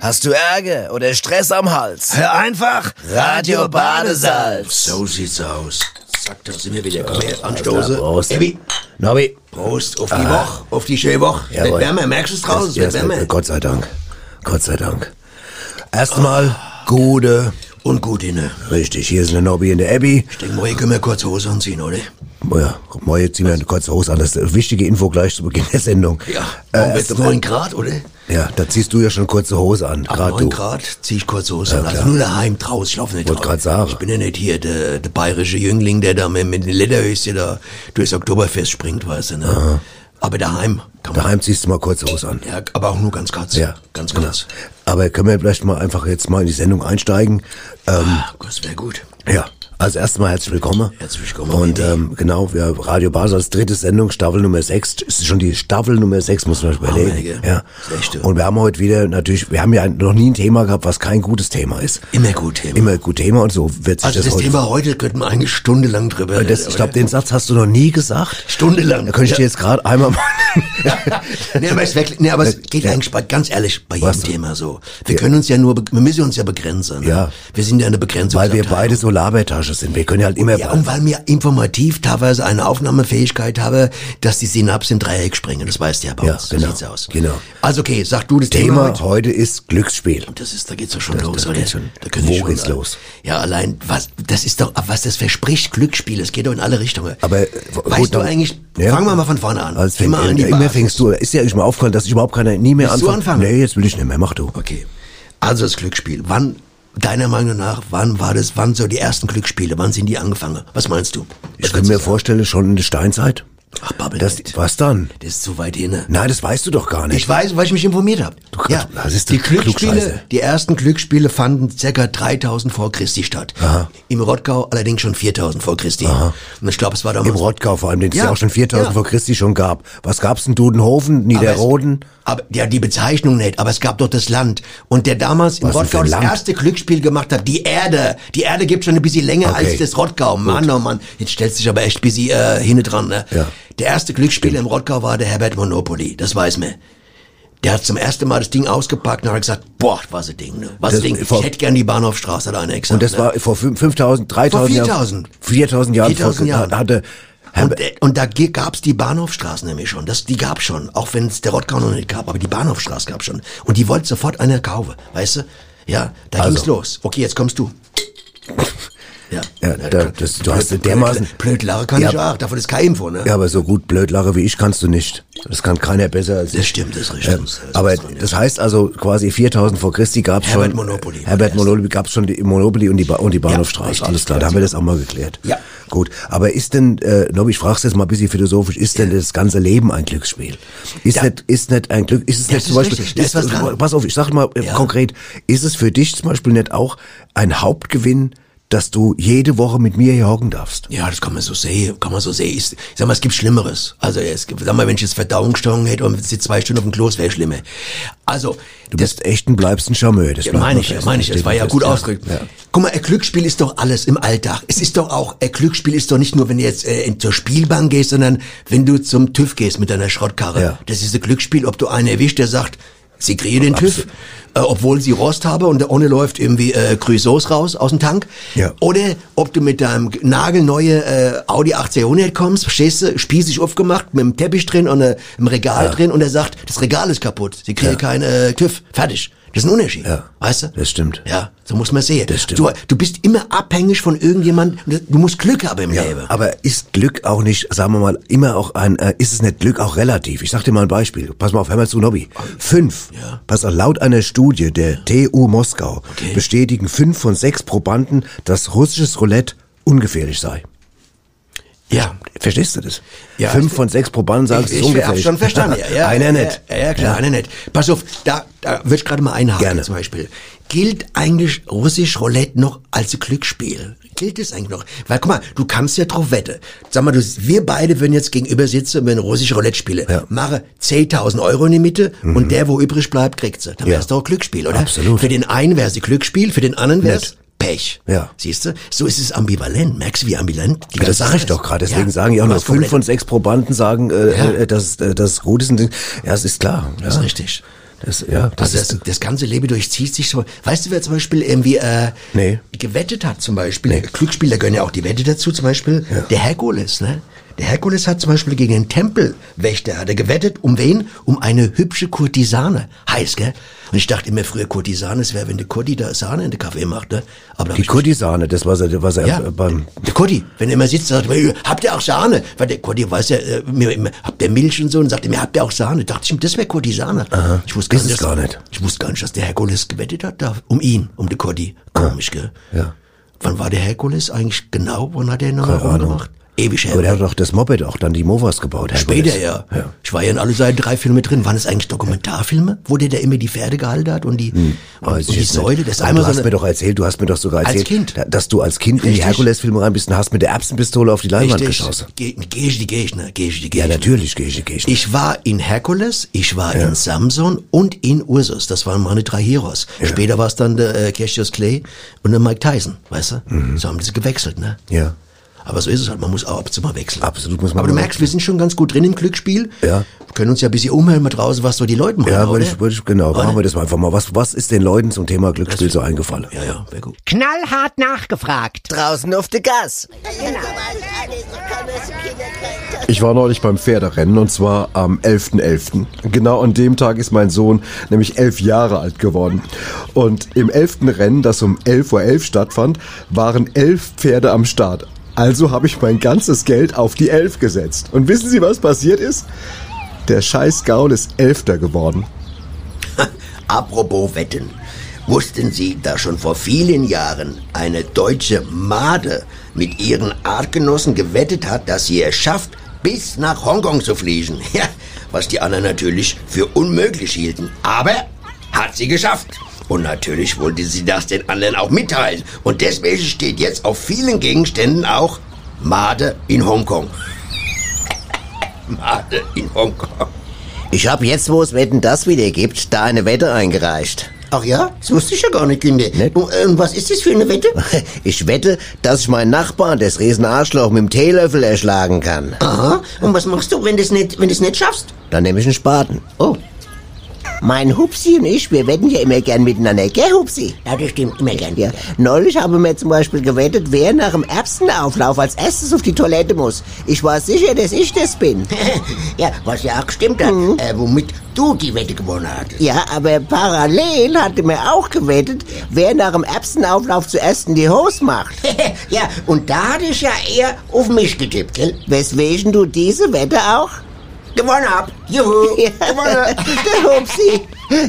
Hast du Ärger oder Stress am Hals? Hör einfach Radio Badesalz. So sieht's aus. Zack, da sind wir wieder. Komm her, also, anstoßen. Ebi, Nobby. Prost auf die Woche, auf die schöne Woche. Es Jawohl. wird wärmer, merkst du es draußen? Es wird Erst- wärmer. Gott sei Dank. Gott sei Dank. Erstmal gute. Und gut inne. Richtig, hier ist eine Nobby in der Abbey. Ich denke, morgen können wir kurz Hose anziehen, oder? Ja, Moje, zieh mir eine kurze Hose an. Das ist eine wichtige Info gleich zu Beginn der Sendung. Äh, äh, jetzt 9 Grad, oder? ja da ziehst du ja schon kurze Hose an. Ab Gerade 9 du. Grad zieh ich kurz Hose an. Also nur daheim draus, ich laufe nicht Wollt grad draus. sagen. Ich bin ja nicht hier der, der bayerische Jüngling, der da mit, mit den Lederhöschen da durchs Oktoberfest springt, weißt du, ne? Aber daheim kann man. Daheim ziehst du mal kurze Hose an. Ja, aber auch nur ganz kurz. Ja, Ganz genau. kurz. Aber können wir vielleicht mal einfach jetzt mal in die Sendung einsteigen? Ähm, Ah, das wäre gut. ja, also erstmal herzlich willkommen. Herzlich willkommen, Und Mimi. ähm, genau, wir Radio Basel als dritte Sendung, Staffel Nummer 6. Es ist schon die Staffel Nummer 6, muss man sich Hammer, überlegen. gell? Ja. Ist echt, ja. Und wir haben heute wieder natürlich, wir haben ja noch nie ein Thema gehabt, was kein gutes Thema ist. Immer gut, Thema. Immer ein gutes Thema und so wird sich Also das, das, heute. Äh, Thema heute könnten wir eigentlich stundenlang drüber reden. das, ich glaube, oder? den Satz hast du noch nie gesagt. Stundenlang. Da könnte ich dir jetzt gerade einmal mal. nee, aber es, wirklich, nee, aber es geht Ja. eigentlich bei, ganz ehrlich bei jedem Was? Thema so. Wir können uns ja nur, be- wir müssen uns ja begrenzen. Ne? Ja. Wir sind ja eine Begrenzung. Weil wir beide so Labertasche sind. Wir können ja halt immer. Ja, und weil wir informativ teilweise eine Aufnahmefähigkeit haben, dass die Synapsen im Dreieck springen. Das weißt du ja bei Ja, uns. genau, So sieht's aus. genau. Also okay, sag du das Thema. Thema heute. heute ist Glücksspiel. Das ist, da geht's doch schon los, das oder? geht's schon. Da können die Wo schon geht's alle- los? Ja, allein, was, das ist doch, was das verspricht, Glücksspiel, es geht doch in alle Richtungen. Aber, äh, weißt gut, du dann- eigentlich, Ja. fangen wir mal von vorne an. Als Immer an die Also, immer Basis. fängst du, ist dir eigentlich mal aufgefallen, dass ich überhaupt keiner nie mehr Willst du anfange? anfangen? Nee, jetzt will ich nicht mehr, mach du. Okay. Also das Glücksspiel. Wann, deiner Meinung nach, wann war das, wann so die ersten Glücksspiele, wann sind die angefangen? Was meinst du? Ich kann mir vorstellen, schon in der Steinzeit. Ach, Bubble. Das, Das, was dann? das ist zu weit hin. ne? Nein, das weißt du doch gar nicht. ne? Ich weiß, weil ich mich informiert habe. Gott, Ja, das ist die doch Klugscheiße. Glücksspiele, die ersten Glücksspiele fanden ca. 3000 vor Christi statt. Im Rottgau allerdings schon 4000 vor Christi. Und ich glaube, es war damals Im Rottgau vor allem, den es Ja, ja auch schon 4000 ja. vor Christi schon gab. Was gab's in Dudenhofen, Niederroden? Aber ja, die Bezeichnung nicht, aber es gab doch das Land. Und der damals im Was denn für Rottgau ein das Land? erste Glücksspiel gemacht hat, die Erde. Die Erde gibt schon ein bisschen länger Okay. als das Rottgau. Mann, oh Mann, jetzt stellst du dich aber echt ein bisschen äh, hinne dran. Ne? Ja. Der erste Glücksspieler im Rottgau war der Herbert Monopoly, das weiß man. Der hat zum ersten Mal das Ding ausgepackt und hat gesagt, boah, was ein Ding, ne? Was Das- ein Ding, vor- ich hätte gern die Bahnhofstraße, hat einer gesagt. Und das ne? war vor fün- 5000, 3000 Vor Jahren. 4000. 4000 Jahren. 4000 vor- Jahren. Hatte, Und, äh, und da ge- gab's die Bahnhofstraßen nämlich schon. Das, die gab's schon. Auch wenn es der Rottgau noch nicht gab, aber die Bahnhofstraße gab's schon. Und die wollte sofort einer kaufen, weißt du? Ja, da Also. ging's los. Okay, jetzt kommst du. Ja, Ja, da- das- du hast blöd, dermaßen- Blöd, blöd lachen kann Ja. ich auch, davon ist kein Info, ne? ja, aber so gut blöd lache wie ich kannst du nicht. Das kann keiner besser als Das ich. stimmt, das ist richtig. Ähm, aber das heißt also quasi 4000 vor Christi gab es schon. Herbert Monopoly war der Herbert erste. Monopoly gab es schon die Monopoly und die, ba und die Bahnhofstraße. richtig, Alles klar, da ganz haben wir das auch mal geklärt. Ja. Gut, aber ist denn, äh, Nobby, ich frage jetzt mal ein bisschen philosophisch, ist denn das ganze Leben ein Glücksspiel? Ist, Ja. nicht, ist nicht ein Glück, ist es nicht ist zum Beispiel, richtig, da ist was dran. pass auf, ich sag mal äh, Ja. konkret, ist es für dich zum Beispiel nicht auch ein Hauptgewinn, dass du jede Woche mit mir hier hocken darfst? Ja, das kann man so sehen, kann man so sehen. Ich, ich sag mal, es gibt Schlimmeres. Also, es gibt, sag mal, wenn ich jetzt Verdauungsstörungen hätte und sitze zwei Stunden auf dem Klo, es wäre schlimmer. Also, Du bist echt ein bleibst ein Charmeur. Das Ja, bleibt meine mal ich, ja, fest. meine ich, das steht war mal ja fest, gut ausgedrückt. Ja. Guck mal, ein Glücksspiel ist doch alles im Alltag. Es ist doch auch, ein Glücksspiel ist doch nicht nur, wenn du jetzt äh, in- zur Spielbank gehst, sondern wenn du zum TÜV gehst mit deiner Schrottkarre. Ja. Das ist ein Glücksspiel, ob du einen erwischt, der sagt, sie kriegen den TÜV, äh, obwohl sie Rost habe und der ohne läuft irgendwie äh, Crusoes raus aus dem Tank. Ja. Oder ob du mit deinem nagelneue äh, Audi 1800 kommst, verstehst du, spießig aufgemacht, mit einem Teppich drin und äh, einem Regal drin und er sagt, das Regal ist kaputt, sie kriegen Ja. keinen äh, TÜV, fertig. Das ist ein Unterschied. Ja. Weißt du? Das stimmt. Ja, so muss man sehen. Das stimmt. Du, du bist immer abhängig von irgendjemandem. Du musst Glück haben im Leben. Aber ist Glück auch nicht, sagen wir mal, immer auch ein, äh, ist es nicht Glück auch relativ? Ich sag dir mal ein Beispiel. Pass mal auf, hör mal zu, Nobby. Fünf. Ja. Pass auf, laut einer Studie der TU Moskau bestätigen fünf von sechs Probanden, dass russisches Roulette ungefährlich sei. Ja. Verstehst du das? Ja, fünf ich- von sechs Probanden sagen, es ist Ich ungefährlich. habe schon verstanden. Ja, ja, Einer ja, nicht. Ja, ja klar, einer nicht. Pass auf, da, da würde ich gerade mal einhaken Gerne. zum Beispiel. Gilt eigentlich russisch Roulette noch als ein Glücksspiel? Gilt es eigentlich noch? Weil guck mal, du kannst ja drauf wette. Sag mal, du, wir beide würden jetzt gegenüber sitzen und würden russisch Roulette spielen. Ja. Mhm. Mache 10.000 Euro in die Mitte und der, wo übrig bleibt, kriegt sie. Dann Ja. wär's doch ein Glücksspiel, oder? Absolut. Für den einen wär's ein Glücksspiel, für den anderen wär's Pech. Ja. Siehst du? So ist es ambivalent. Merkst du, wie ambivalent die Ja, das ganze sage Sache ich doch ist? gerade. Deswegen sagen ja auch nur was fünf komplett- von sechs Probanden sagen, äh, Ja. äh, dass, äh, dass es gut ist. Und, ja, es ist klar. Ja. Das ist richtig. Das, ja, das also das, ist, das ganze Leben durchzieht sich so. Weißt du, wer zum Beispiel irgendwie äh, Nee. gewettet hat, zum Beispiel, Glücksspieler gehören ja auch die Wette dazu, zum Beispiel, der Herkules, ne? Der Herkules hat zum Beispiel gegen einen Tempelwächter, hat er gewettet, um wen? Um eine hübsche Kurtisane. Heiß, gell? Und ich dachte immer früher, Kurtisane, es wäre, wenn der Kurti da Sahne in den Kaffee macht, ne? Aber da hab die ich- Kurtisane, das was er, was er ja, äh, beim, der Kurti, wenn er immer sitzt, sagt er, "Äh, habt ihr auch Sahne? Weil der Kurti weiß ja, äh, mir immer, habt ihr Milch und so und sagt mir, habt ihr auch Sahne? Dachte ich, das wäre Kurti Sahne. Ich wusste Ist es dass- gar nicht. Ich wusste gar nicht, dass der Herkules gewettet hat, da, um ihn, um den Kurti. Komisch, gell? Ah. Ja. Wann war der Herkules eigentlich genau? Wann hat er ihn nochmal Keine Ahnung. rumgemacht? Ewig her. aber der hat doch das Moped auch dann die Movas gebaut. Herr Später, Gullis. ja. Ich war ja in alle seinen drei Filme drin. Waren es eigentlich Dokumentarfilme, wo der da immer die Pferde gehalten hat und die, und, Hm, Weiß und ich die jetzt nicht. Säule? Das ist Aber einmal du so hast eine, mir doch erzählt, du hast mir doch sogar Als erzählt, Kind. da- dass du als Kind in die Richtig. Herkulesfilme rein bist und hast mit der Erbsenpistole auf die Leinwand Richtig. geschossen. Geh, geh ich, die geh ich, ne? Geh ich, die geh Ja, ich. natürlich, gehe ich, gehe ich. Ich war in Herkules, ich war in Samson und in Ursus. Das waren meine drei Heroes. Später war es dann der äh, Cassius Clay und der Mike Tyson, weißt du? Mhm. So haben die sie gewechselt, ne? Ja. Aber so ist es halt, man muss auch ab und zu mal wechseln. Absolut muss man Aber du mal merkst, wir sind schon ganz gut drin im Glücksspiel. Ja. Wir können uns ja ein bisschen umhören mal draußen, was so die Leute machen, ne? Ja, oder? würde ne? ich, würde ich, genau, machen wir das mal einfach mal. Was, was ist den Leuten zum Thema Glücksspiel so eingefallen? ja, ja, wäre gut. Knallhart nachgefragt. Draußen auf der Gas. Ich war neulich beim Pferderennen und zwar am 11.11. Genau an dem Tag ist mein Sohn nämlich elf Jahre alt geworden. Und im 11. Rennen, das um 11.11 Uhr stattfand, waren elf Pferde am Start. Also habe ich mein ganzes Geld auf die Elf gesetzt. Und wissen Sie, was passiert ist? Der scheiß Gaul ist Elfter geworden. Apropos Wetten. Wussten Sie, dass schon vor vielen Jahren eine deutsche Made mit ihren Artgenossen gewettet hat, dass sie es schafft, bis nach Hongkong zu fliegen? Ja, was die anderen natürlich für unmöglich hielten. Aber hat sie geschafft. Und natürlich wollte sie das den anderen auch mitteilen. Und deswegen steht jetzt auf vielen Gegenständen auch Made in Hongkong. Made in Hongkong. Ich habe jetzt, wo es Wetten das wieder gibt, da eine Wette eingereicht. Ach ja? Das wusste ich ja gar nicht, Günde. Und, äh, was ist das für eine Wette? Ich wette, dass ich meinen Nachbarn, das Riesenarschloch, mit dem Teelöffel erschlagen kann. Aha. Und was machst du, wenn du es nicht, wenn du's nicht schaffst? Dann nehme ich einen Spaten. Oh. Mein Hupsi und ich, wir wetten ja immer gern miteinander, gell, Hupsi? Ja, das stimmt, immer gern. Ja. Neulich haben wir zum Beispiel gewettet, wer nach dem Erbsenauflauf als erstes auf die Toilette muss. Ich war sicher, dass ich das bin. ja, was ja auch gestimmt hat, Mhm. äh, womit du die Wette gewonnen hattest. Ja, aber parallel hatte mir auch gewettet, wer nach dem Erbsenauflauf zuerst in die Hose macht. ja, und da hatte ich ja eher auf mich getippt, gell? Weswegen du diese Wette auch? Gewonnen hab. Juhu, gewonnen. Der Hupsi.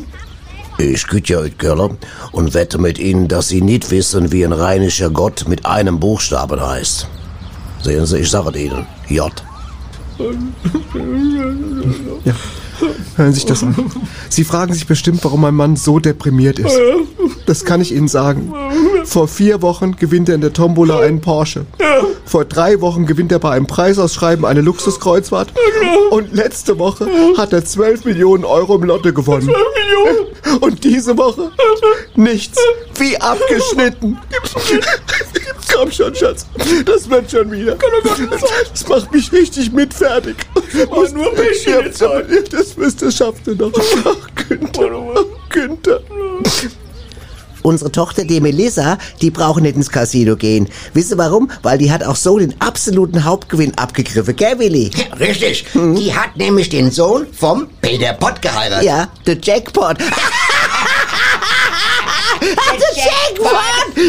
Ich kütja euch Köller und wette mit Ihnen, dass Sie nicht wissen, wie ein rheinischer Gott mit einem Buchstaben heißt. Sehen Sie, ich sage Ihnen, J. Hören Sie sich das an. Sie fragen sich bestimmt, warum mein Mann so deprimiert ist. Das kann ich Ihnen sagen. Vor vier Wochen gewinnt er in der Tombola einen Porsche. Vor drei Wochen gewinnt er bei einem Preisausschreiben eine Luxuskreuzfahrt. Und letzte Woche hat er 12 Millionen Euro im Lotto gewonnen. Und diese Woche nichts. Wie abgeschnitten. Komm schon, Schatz. Das wird schon wieder. Das macht mich richtig mitfertig. Muss nur bisschen halt. Das müsst ihr schafft ihr noch. Ach, Günther. Ach, Günther. Unsere Tochter, die Melissa, die braucht nicht ins Casino gehen. Wisst ihr warum? Weil die hat auch so den absoluten Hauptgewinn abgegriffen, gell, Willi? Richtig, Mhm. die hat nämlich den Sohn vom Peter Pott geheiratet. Ja, der Jackpot. Ah, der Jackpot!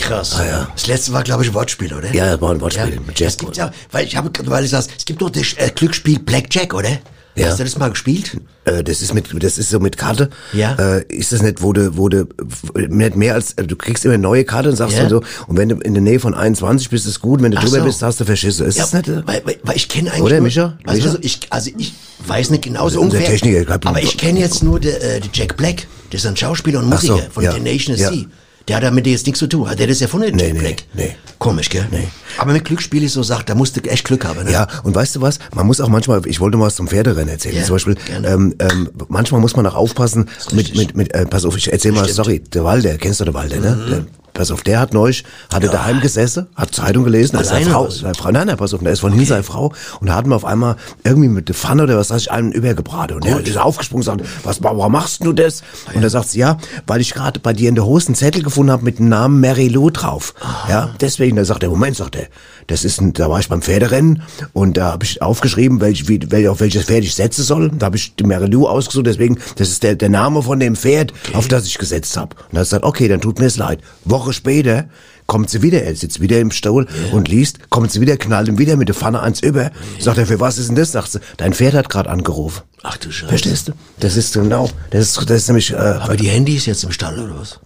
Krass. Ah, Das letzte war, glaube ich, Wortspiel, oder? Ja, das war ein Wortspiel mit Jazz. Es gibt ja, weil ich habe gerade, weil ich saß, es gibt noch das äh, Glücksspiel Blackjack, oder? Ja. Hast du das mal gespielt? Äh, das ist mit, das ist so mit Karte. Ja. Äh, ist das nicht, wo du, wo du, f- nicht mehr als, äh, du kriegst immer eine neue Karte und sagst Ja. dann so, und wenn du in der Nähe von 21 bist, ist gut, wenn du Ach drüber so. bist, hast du verschissen. Ist das nicht? äh, weil, weil, weil ich kenne eigentlich Oder, nur, Micha? Also, Micha? also, ich, also ich weiß nicht genau so Also, unser ungefähr. Techniker, ich hab- aber ich kenne jetzt nur den äh, den Jack Black. Das ist ein Schauspieler und Ach so, Musiker von ja. The Nation is Ja. Sea. Der hat damit jetzt nichts zu tun. Hat der das erfunden, den Nee, Jack nee, Black? nee. Komisch, gell? Nee. Aber mit Glücksspiel ist so sagt, da musst du echt Glück haben. Ne? Ja, und weißt du was? Man muss auch manchmal, ich wollte mal was zum Pferderennen erzählen. Ja, Zum Beispiel, gerne. ähm, ähm, Mhm. manchmal muss man auch aufpassen mit, mit, mit, äh, pass auf, ich erzähl mal, sorry, der Walder, kennst du den Walder, ne? Der Pass auf, der hat neulich, hatte daheim gesessen, hat Zeitung gelesen, da ist seine Alleine Frau, oder was? seine Frau, nein, nein, pass auf, da ist von hin seine Frau und da hatten wir auf einmal irgendwie mit der Pfanne oder was weiß ich, einen übergebraten und er ist aufgesprungen und sagt, was, warum machst du das? Ah, Und da sagt sie, ja, weil ich gerade bei dir in der Hose einen Zettel gefunden habe mit dem Namen Mary Lou drauf. Ja, deswegen, da sagt er, Moment, sagt er, das ist ein, da war ich beim Pferderennen und da habe ich aufgeschrieben, welch, wie, wel, auf welches Pferd ich setzen soll. Da habe ich die Mary Lou ausgesucht, deswegen, das ist der, der Name von dem Pferd, auf das ich gesetzt habe. Und er hat gesagt, okay, dann tut mir es leid. Woche später kommt sie wieder, er sitzt wieder im Stuhl und liest, kommt sie wieder, knallt ihm wieder mit der Pfanne ans Über. Sagt er, für was ist denn das? Sagt sie, dein Pferd hat gerade angerufen. Ach du Scheiße. Verstehst du? Das ist genau, das ist, das ist nämlich, äh, Aber die Handy ist jetzt im Stall, oder was?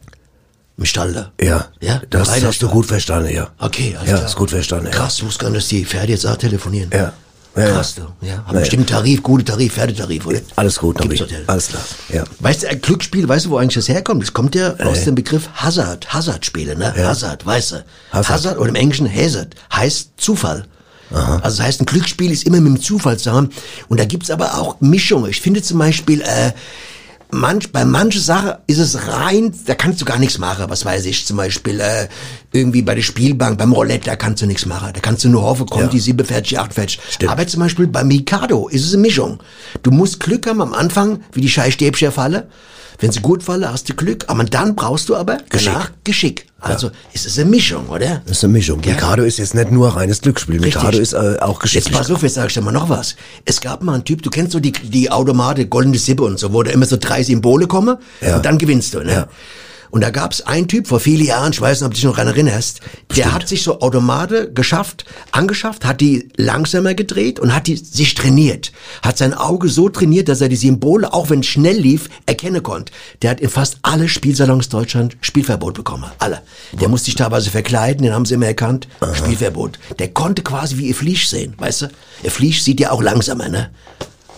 Im Stall da? ja, Ja? das Reiner hast du Stall. gut verstanden, ja. Okay, alles Ja, klar. ist gut verstanden, ja. Krass, ich wusste gar nicht, dass die Pferde jetzt auch telefonieren. Ja. Ja, Krass, ja. du. Ja. Haben Ja, bestimmt Tarif, gute Tarif, Pferdetarif, oder? Alles gut, Gibt's Nabi. doch der- Alles klar, ja. Weißt du, ein Glücksspiel, weißt du, wo eigentlich das herkommt? Das kommt ja aus dem Begriff Hazard, Hazard-Spiele, ne? Hazard, weißt du. Hazard. Hazard. oder im Englischen Hazard heißt Zufall. Also das heißt, ein Glücksspiel ist immer mit dem Zufall zusammen. Und da gibt's aber auch Mischungen. Ich finde zum Beispiel, äh, manch, bei mancher Sache ist es rein, da kannst du gar nichts machen. Was weiß ich, zum Beispiel äh, irgendwie bei der Spielbank, beim Roulette, da kannst du nichts machen. Da kannst du nur hoffen, kommt Ja. die sieben fetsch, die acht fetsch. Aber zum Beispiel bei Mikado ist es eine Mischung. Du musst Glück haben am Anfang, wie die Scheißstäbchen falle. Wenn sie gut falle, hast du Glück. Aber dann brauchst du aber Geschick. danach Geschick. Also es ist eine Mischung, oder? Das ist eine Mischung. Mikado ist jetzt nicht nur reines Glücksspiel. Mikado ist äh, auch Jetzt geschicklich. pass auf, jetzt sag ich dir mal noch was. Es gab mal einen Typ, du kennst so die, die Automate, goldene Sippe und so, wo da immer so drei Symbole kommen Ja. und dann gewinnst du, ne? Ja. Und da gab's einen Typ vor vielen Jahren, ich weiß nicht, ob du dich noch daran erinnerst, der hat sich so Automate geschafft, angeschafft, hat die langsamer gedreht und hat die sich trainiert. Hat sein Auge so trainiert, dass er die Symbole, auch wenn es schnell lief, erkennen konnte. Der hat in fast alle Spielsalons Deutschland Spielverbot bekommen. Alle. Der musste sich teilweise verkleiden, den haben sie immer erkannt. Spielverbot. Der konnte quasi wie ihr Fliesch sehen, weißt du? Ihr Fliesch sieht ja auch langsamer, ne?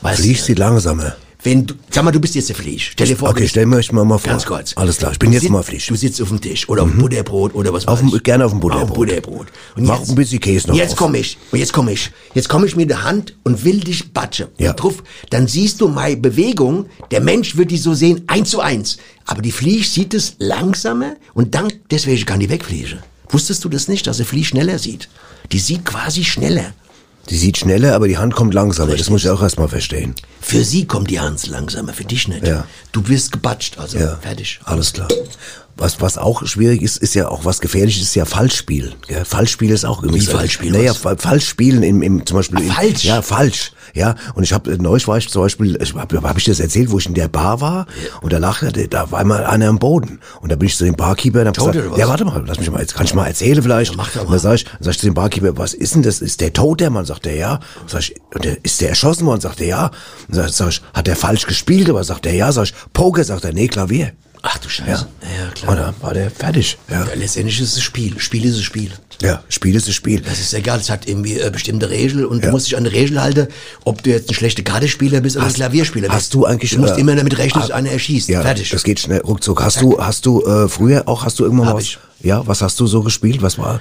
Weißt Fliegt du? sie langsamer. Wenn du, sag mal, du bist jetzt der Fliesch. Stell dir vor, du Okay, bist- stell mir euch mal, mal vor. Ganz kurz. Alles klar, ich bin Du jetzt sitzt- mal Fliegt. Du sitzt auf dem Tisch oder auf dem Butterbrot oder was Auf weiß dem- ich. gerne auf dem Auf dem Butterbrot. Butterbrot. Und Mach jetzt- ein bisschen Käse noch Jetzt drauf. komme ich. Und jetzt komme ich. Jetzt komme ich mit der Hand und will dich batschen. Ja. Und drauf, dann siehst du meine Bewegung. Der Mensch wird die so sehen, eins zu eins. Aber die Fliege sieht es langsamer und dann, deswegen kann die wegfliegen. Wusstest du das nicht, dass die Fliege schneller sieht? Die sieht quasi schneller. Die sieht schneller, aber die Hand kommt langsamer. Das muss ich auch erstmal verstehen. Für sie kommt die Hans langsamer, für dich nicht. Ja. Du wirst gebatscht, also Ja. fertig. Alles klar. Was, was auch schwierig ist, ist ja auch was gefährlich ist, ist ja Falschspiel. Ja, Falschspiel ist auch irgendwie. Wie so- Falschspiel, Naja, was? fa- Falschspielen im, im, zum Beispiel. Ah, im- falsch. Ja, falsch. Ja, und ich habe neulich war ich zum Beispiel, ich habe hab ich das erzählt, wo ich in der Bar war und da lag, da war einmal einer am Boden. Und da bin ich zu dem Barkeeper und hab Tot gesagt, oder was? ja, warte mal, lass mich mal, jetzt kann ich mal erzählen vielleicht. mach doch mal. Und dann sag ich, dann sag ich zu dem Barkeeper, was ist denn das? Ist der tot, der Mann? Sagt er, ja. Dann Sag ich, und der, ist der erschossen worden? Sagt er, ja. Dann sag, sag ich, hat der falsch gespielt? Aber sagt er, ja. Sag ich, Poker? Sagt er, nee, Klavier. Ach du Scheiße. Ja, klar. Und dann war der fertig. Ja. Ja, letztendlich ist es ein Spiel. Spiel ist ein Spiel. ja, Spiel ist ein Spiel. Das ist egal, es hat irgendwie äh, bestimmte Regeln und Ja. du musst dich an die Regeln halten, ob du jetzt ein schlechter Kartespieler bist oder ein Klavierspieler bist. Hast du eigentlich Du musst äh, immer damit rechnen, dass ah, einer erschießt. Ja, Fertig. Das geht schnell ruckzuck. Hast du hast du äh, früher auch hast du irgendwann mal Hab was? ich. Ja, was hast du so gespielt? Was war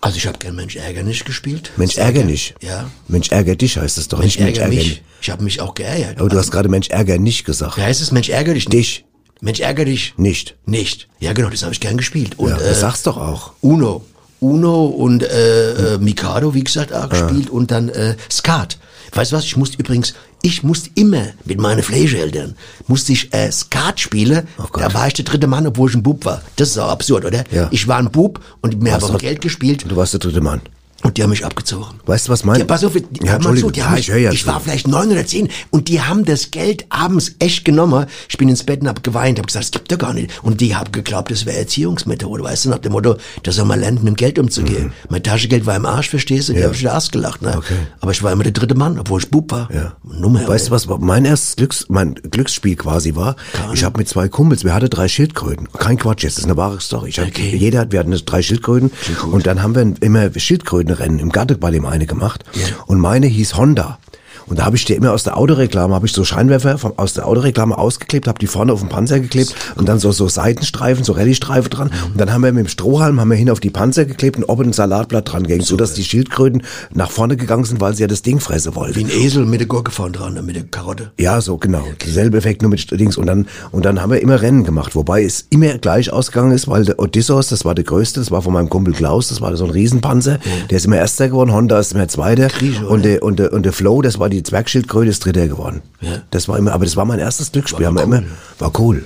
also ich habe gern Mensch Ärger nicht gespielt. Mensch Das ärger nicht. Ja. Mensch ärger dich heißt es doch Mensch nicht Mensch Ärger ärger mich. nicht. Ich habe mich auch geärgert. Aber du hast gerade Mensch ärger nicht gesagt. Wie heißt es? Mensch ärger dich Dich. Mensch ärger dich Nicht. Nicht. Ja genau, das habe ich gern gespielt. Und, Ja, äh, das sagst doch auch. Uno. Uno und äh, äh, Mikado, wie gesagt, auch gespielt und dann äh, Skat. Weißt du was, ich musste übrigens, ich musste immer mit meinen Fleischeltern, musste ich äh, Skat spielen, Oh Gott. da war ich der dritte Mann, obwohl ich ein Bub war. Das ist auch absurd, oder? Ja. Ich war ein Bub und mir Warst haben du- Geld gespielt Du warst der dritte Mann. und die haben mich abgezogen. Weißt du, was mein- Ja, pass auf, die, Ja, hör mal zu, Entschuldigung. die Ja, haben ich höre ja ich zu. war vielleicht neun oder zehn und die haben das Geld abends echt genommen. Ich bin ins Bett und hab geweint, hab gesagt, das gibt doch gar nicht. Und die haben geglaubt, das wäre Erziehungsmethode, weißt du, nach dem Motto, das soll man lernen, mit dem Geld umzugehen. Mein Taschengeld war im Arsch, verstehst du? Die haben sich den Arsch gelacht, ne? Mhm. Okay. Aber ich war immer der dritte Mann, obwohl ich Bub war. Ja. Nummer. Weißt du, was mein erstes Glücks, mein Glücksspiel quasi war? Ich habe mit zwei Kumpels, wir hatten drei Schildkröten. Kein Quatsch, jetzt das ist eine wahre Story. Ich hab, Okay. Jeder hat, wir hatten drei Schildkröten und dann haben wir immer Schildkrötenrennen im Garten bei dem eine gemacht. Und meine hieß Honda. Und Und da habe ich dir immer aus der Autoreklame, habe ich so Scheinwerfer vom, aus der Autoreklame ausgeklebt, habe die vorne auf den Panzer geklebt und dann so, so Seitenstreifen, so Rallystreifen dran. Und dann haben wir mit dem Strohhalm, haben wir hin auf die Panzer geklebt und oben ein Salatblatt dran ging, sodass die Schildkröten nach vorne gegangen sind, weil sie ja das Ding fressen wollten. Wie ein Esel mit der Gurke vorne dran, mit der Karotte. Ja, so genau. Selbe Effekt nur mit Dings und dann und dann haben wir immer Rennen gemacht, wobei es immer gleich ausgegangen ist, weil der Odysseus, das war der größte, das war von meinem Kumpel Klaus, das war so ein Riesenpanzer, der ist immer erster geworden, Honda ist immer zweiter und der und der und der Flow, das war die Zwergschildkröte ist dritter geworden. Ja. Das war immer, aber das war mein erstes Glücksspiel, War haben wir immer cool. war cool.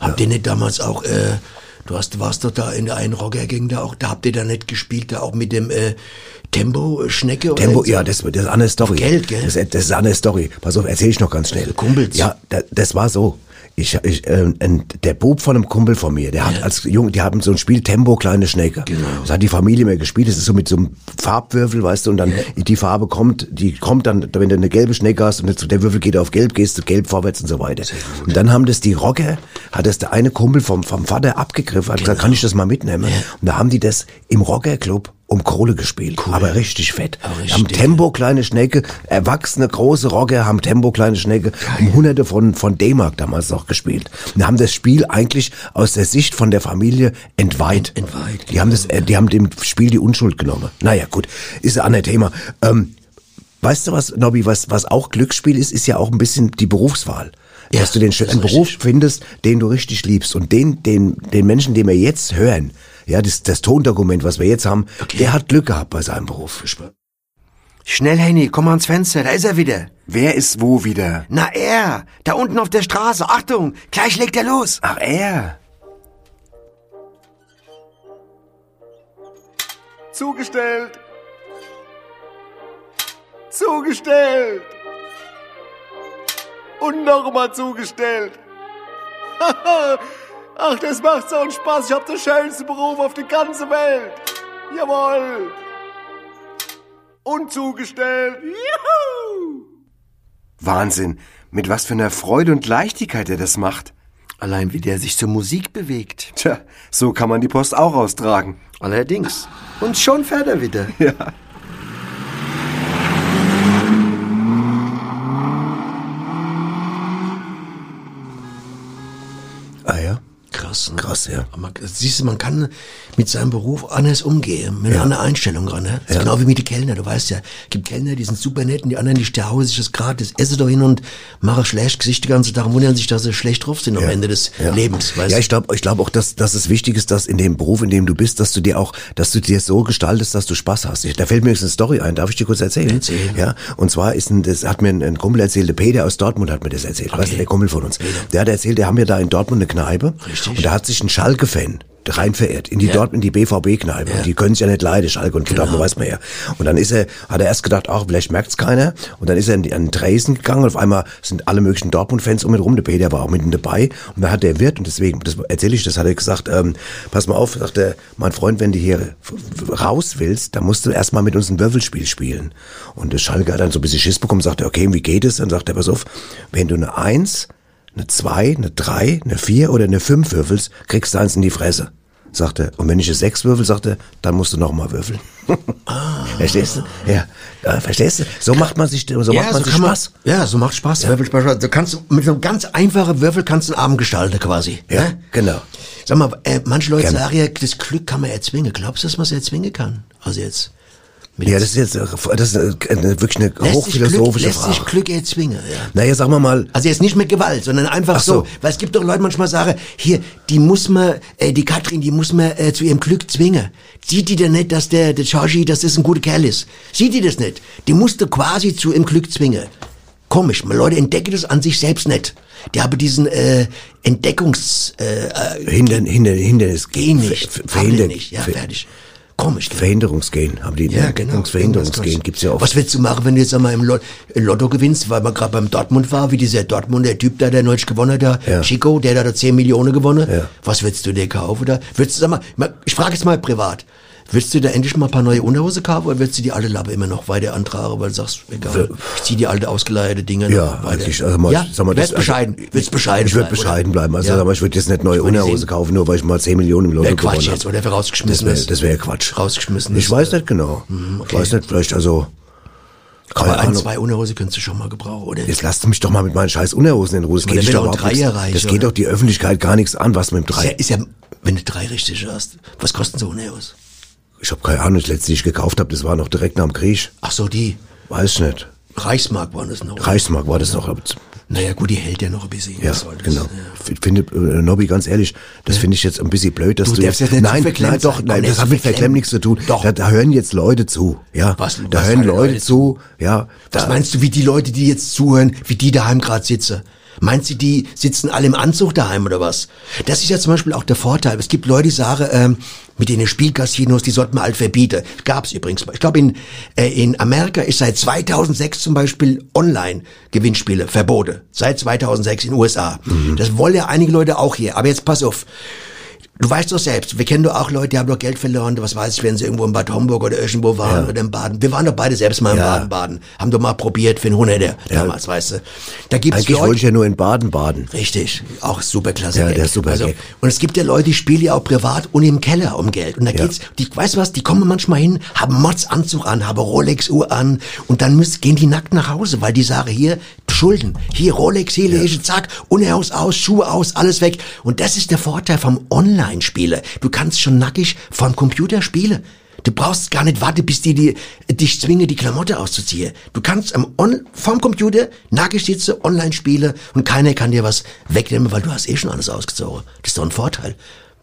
Habt ihr nicht damals auch, äh, du hast, warst doch da in der einen Rocker ging da auch, da habt ihr da nicht gespielt, da auch mit dem äh, Tempo-Schnecke? oder Tempo, so? ja, das, das ist eine andere Story. Geld, gell? Das, das ist eine andere Story. Pass auf, erzähl ich noch ganz schnell. Kumpels. Ja, da, das war so. Ich, ich, ähm, ein- der Bub von einem Kumpel von mir, der hat als Junge, die haben so ein Spiel Tempo kleine Schnecke. Genau. Das hat die Familie mehr gespielt. Das ist so mit so einem Farbwürfel, weißt du, und dann die Farbe kommt, die kommt dann, wenn du eine gelbe Schnecke hast und jetzt der Würfel geht auf gelb, gehst du gelb vorwärts und so weiter. Und dann haben das die Rocker, hat das der eine Kumpel vom, vom Vater abgegriffen, hat gesagt, kann ich das mal mitnehmen? Und da haben die das im Rockerclub um Kohle gespielt, aber richtig fett. Haben Tempo kleine Schnecke, erwachsene große Rocker haben Tempo kleine Schnecke, haben hunderte von von D-Mark damals noch gespielt. Und haben das Spiel eigentlich aus der Sicht von der Familie entweiht. entweiht, genau. Die haben das äh, die haben dem Spiel die Unschuld genommen. Naja, gut, ist ein anderes Thema. Ähm, weißt du was, Nobby, was was auch Glücksspiel ist, ist ja auch ein bisschen die Berufswahl. Ja, Dass du den das schönen ist Beruf findest, den du richtig liebst. Und den, den, den Menschen, den wir jetzt hören, ja, das, das Tondokument, was wir jetzt haben, der hat Glück gehabt bei seinem Beruf. Schnell, Henny, komm mal ans Fenster, da ist er wieder. Wer ist wo wieder? Na er, da unten auf der Straße. Achtung, gleich legt er los. Ach, er. Zugestellt. Zugestellt. Und nochmal zugestellt. Ach, das macht so einen Spaß. Ich hab den schönsten Beruf auf der ganzen Welt. Jawohl. Und zugestellt. Juhu! Wahnsinn, mit was für einer Freude und Leichtigkeit er das macht. Allein wie der sich zur Musik bewegt. Tja, so kann man die Post auch austragen. Allerdings. Und schon fährt er wieder. Ah ja? Krass, ne? Krass, ja. Aber man- Siehst du, man kann mit seinem Beruf anders umgehen, mit einer anderen Einstellung ran. Ne? Das ist genau wie mit den Kellner, du weißt ja, gibt Kellner, die sind super nett und die anderen, die staunen sich das gratis, esse doch hin und mache schlecht Gesicht die ganze Tag und wundern sich, dass sie schlecht drauf sind am Ende des Lebens. Weißt ja, du? ich glaube ich glaub auch, dass, dass es wichtig ist, dass in dem Beruf, in dem du bist, dass du dir auch, dass du dir so gestaltest, dass du Spaß hast. Ich, da fällt mir jetzt eine Story ein, darf ich dir kurz erzählen? Erzähl. Ja, und zwar ist ein, das hat mir ein, ein Kumpel erzählt, der Peter aus Dortmund hat mir das erzählt, weißt du, der Kumpel von uns. Der hat erzählt, der haben wir da in Dortmund eine Kneipe Richtig. und da hat sich ein Schalke-Fan rein verirrt, in die Dortmund, in die BVB-Kneipe. Die können sich ja nicht leiden, Schalke und Dortmund, Genau. weiß man ja. Und dann ist er, hat er erst gedacht, ach, vielleicht merkt's keiner. Und dann ist er in die- an den Tresen gegangen und auf einmal sind alle möglichen Dortmund-Fans um ihn rum. Der Peter war auch mitten dabei. Und da hat der Wirt, und deswegen, das erzähle ich, das hat er gesagt, ähm, pass mal auf, sagt er, mein Freund, wenn du hier f- f- raus willst, dann musst du erstmal mit uns ein Würfelspiel spielen. Und der Schalke hat dann so ein bisschen Schiss bekommen, sagt er, okay, wie geht es? Dann sagt er, pass auf, wenn du eine Eins, eine zwei, eine drei, eine vier oder eine fünf würfelst, kriegst du eins in die Fresse. Sagt er. Und wenn ich eine sechs würfel, sagt er, dann musst du noch mal würfeln. Ah. Verstehst du? Ja. ja. Verstehst du? So macht man sich, so macht man sich kann Spaß. Man, ja, so macht Spaß. Würfelspaß. Du kannst mit so einem ganz einfachen Würfel kannst du einen Abend gestalten quasi. Ja, ne? genau. Sag mal, äh, manche Leute Gerne. sagen ja, das Glück kann man erzwingen. Glaubst du, dass man es erzwingen kann? Also jetzt. Mit Ja, das ist jetzt äh, das ist äh, eine, wirklich eine lässt sich Glück, hochphilosophische lässt sich Frage. Glück erzwingen. Ja. Naja, sagen wir mal, Also jetzt nicht mit Gewalt, sondern einfach Ach so. so. Weil es gibt doch Leute, manchmal sagen, hier, die muss man, äh, die Katrin, die muss man äh, zu ihrem Glück zwingen. Sieht die denn nicht, dass der, der Chargi, dass das ein guter Kerl ist? Sieht die das nicht? Die musste quasi zu ihrem Glück zwingen. Komisch, man, Leute entdecken das an sich selbst nicht. Die haben diesen äh, Entdeckungs... Äh, äh, Hinder, Hinder, Hindernis. geh nicht, Ver, Haben die verhinder, nicht. Ja, ver, fertig. Komisch, gell? Verhinderungsgehen haben die. Ja, ne? genau. Verhinderungsgehen gibt's ja auch. Was willst du machen, wenn du jetzt einmal im Lot- Lotto gewinnst, weil man gerade beim Dortmund war, wie dieser Dortmunder Typ da, der neulich gewonnen hat, der Ja. Chico, der da 10 Millionen gewonnen. Ja. Was willst du dir kaufen da? Willst du, sag mal, mal- ich frage jetzt mal privat. Willst du da endlich mal ein paar neue Unterhose kaufen oder willst du die alte Lappe immer noch weiter antragen, weil du sagst, egal, ich zieh die alte ausgeleierte Dinge Ja, noch weiter. wirklich. Also mal, ja, sag mal, wärst das- bescheiden, willst bescheiden Ich würde bleiben, oder? bescheiden bleiben. Also Ja. sag mal, ich würde jetzt nicht neue meine, Unterhose sehen- kaufen, nur weil ich mal 10 Millionen im Lotto Wär Quatsch gewonnen jetzt, habe. oder wer Das rausgeschmissen wäre ist. das wär Quatsch. Rausgeschmissen Ich ist, weiß äh, nicht genau. okay. Ich weiß nicht, vielleicht also Aber Keine ein, Ahnung. zwei Unterhose könntest du schon mal gebrauchen, oder? Jetzt lasst mich doch mal mit meinen scheiß Unterhosen in Ruhe. Das Aber geht, der dich will doch doch überhaupt ein nichts. Dreier das reichen, geht oder? doch die Öffentlichkeit gar nichts an, was mit dem ist ja, Drei. ist ja, wenn du drei richtig hast, was kosten so eine aus? Ich habe keine Ahnung, das letzte, die ich gekauft habe, das war noch direkt nach dem Krieg. Ach so, die Weiß nicht. Reichsmark waren das noch. Reichsmark war das noch. naja, gut, die hält ja noch ein bisschen. Ja, was soll das? genau. Ja. Ich finde, äh, Nobby, ganz ehrlich, das finde ich jetzt ein bisschen blöd, dass Du du, darfst jetzt, jetzt nicht so nein, verklemmt nein, doch, sein. nein, Komm, das nicht hat so mit verklemmt verklemmt. nichts zu tun. Doch. Da, da hören jetzt Leute zu, ja. Was- da was hören hören Leute Leute zu, ja. Was da, meinst du, wie die Leute, die jetzt zuhören, wie die daheim gerade sitzen? Meinst du, die sitzen alle im Anzug daheim oder was? Das ist ja zum Beispiel auch der Vorteil. Es gibt Leute, die sagen, ähm, mit denen Spielcasinos, die sollten wir alt verbieten. Gab's übrigens. mal. Ich glaube, in, äh, in Amerika ist seit 2006 zum Beispiel Online-Gewinnspiele verboten. Seit 2006 in den USA. Mhm. Das wollen ja einige Leute auch hier. Aber jetzt pass auf. Du weißt doch selbst, wir kennen doch auch Leute, die haben doch Geld verloren, was weiß ich, wenn sie irgendwo in Bad Homburg oder irgendwo waren oder in Baden. Wir waren doch beide selbst mal in Ja. Baden-Baden. Haben doch mal probiert für einen Hunderter damals, weißt du. Da gibt's Eigentlich Leute, wollte ich ja nur in Baden baden. Richtig, auch superklasse. Ja, Gag. Also, der ist super Gag. und es gibt ja Leute, die spielen ja auch privat und im Keller um Geld. Und da geht's, die, weißt du was, die kommen manchmal hin, haben Mods-Anzug an, haben Rolex-Uhr an und dann müssen, gehen die nackt nach Hause, weil die sagen, hier, Schulden, hier Rolex, hier Lege, zack, Unterhaus aus, Schuhe aus, alles weg. Und das ist der Vorteil vom Online-Spiele. Du kannst schon nackig vom Computer spielen. Du brauchst gar nicht warten, bis die, die dich zwinge, die Klamotte auszuziehen. Du kannst am On vom Computer nackig sitzen, online spielen und keiner kann dir was wegnehmen, weil du hast eh schon alles ausgezogen. Das ist doch ein Vorteil.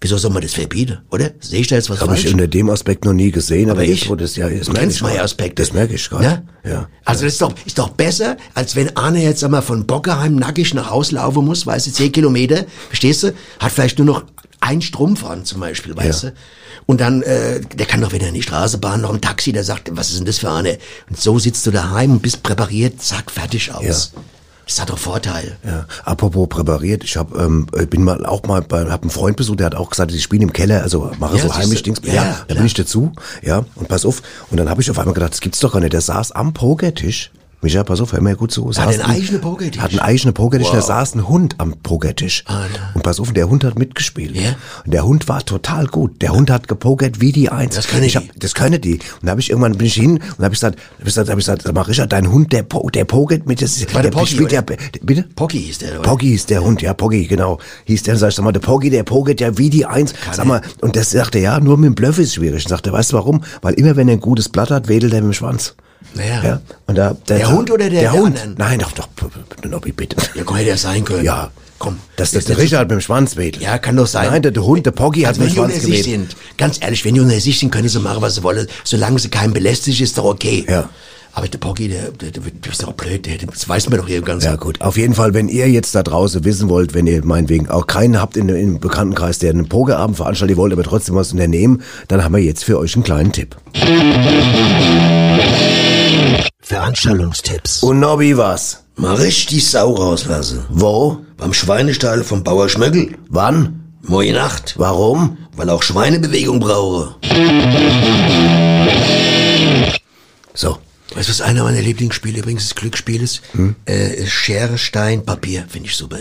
Wieso soll man das verbieten, oder? Sehe ich da jetzt was Habe ich falsch? unter dem Aspekt noch nie gesehen, aber, Aber jetzt ich- wurde es ja, das Du merke kennst ich meine grad. Aspekte. Das merke ich gerade. Ne? Ja. Also das ist doch, ist doch besser, als wenn Arne jetzt einmal von Bockerheim nackig nach Haus laufen muss, weißt du, 10 Kilometer, verstehst du? Hat vielleicht nur noch ein Strumpf an zum Beispiel, weißt du? Und dann, äh, der kann doch wieder in die Straßenbahn, noch im Taxi, der sagt, was ist denn das für Arne? Und so sitzt du daheim und bist präpariert, zack, fertig aus. Das hat doch Vorteil. Ja. Apropos präpariert, ich habe ähm, ich bin mal auch mal bei hab einen Freund besucht, der hat auch gesagt, die spielen im Keller, also mache Ja, so siehste. heimisch Dings. Ja, Ja, da klar. bin ich dazu, ja, und pass auf und dann habe ich auf einmal gedacht, das gibt's doch gar nicht, der saß am Pokertisch. Micha, pass auf, hör mir gut zu. Hat einen eigenen Pokertisch? Ah, Hat einen eigenen Pokertisch, da saß ein Hund am Pokertisch. und pass auf, und der Hund hat mitgespielt. Ja? Und der Hund war total gut. Der Hund hat gepokert wie die Eins. Das können ich hab, die. das können die. Und da habe ich irgendwann bin ich hin und habe ich gesagt, hab ich gesagt, hab ich gesagt, sag mal, Richard, dein Hund, der, po, der pokert mit, das, war der Pocky, spielt ja, oder? bitte? Pocky hieß der, oder? Poggi ist der Hund, ja, Poggi, genau. Hieß der, sag ich, sag mal, der Poggi, der pokert ja wie die Eins. Sag mal, und das sagte er, ja, nur mit dem Bluff ist schwierig. Und sagte, er, weißt du warum? Weil immer, wenn er ein gutes Blatt hat, wedelt er mit dem Schwanz. Naja. Ja. Und da, Der Hund oder der- Der der Hund. anderen? Nein, doch, doch, Nobby, bitte. Ja, komm, hätte ja sein können. Ja. Komm. Dass das jetzt der nicht so- Richard mit dem Schwanz wedelt. Ja, kann doch sein. Nein, der, der Hund, der Poggi hat Also mit wenn dem die unter Schwanz sich gewedelt. sind, ganz ehrlich, wenn die unter sich sind, können sie machen, was sie wollen. Solange sie keinen belästigt, ist doch okay. Ja. Aber der Pocky, der, der, der, der ist doch blöd, der, das weiß man doch hier im Ganzen. Ja gut, auf jeden Fall, wenn ihr jetzt da draußen wissen wollt, wenn ihr meinetwegen auch keinen habt in, im Bekanntenkreis, der einen Pokerabend veranstaltet, ihr wollt aber trotzdem was unternehmen, dann haben wir jetzt für euch einen kleinen Tipp. Veranstaltungstipps. Und Nobby, was? Mal richtig Sau rauslassen. Wo? Beim Schweinestall vom Bauer Schmöckel. Wann? Moin Nacht. Warum? Weil auch Schweinebewegung brauche. So. Weißt du, was einer meiner Lieblingsspiele übrigens ist, Glücksspiel ist? Äh, Schere, Stein, Papier. Finde ich super.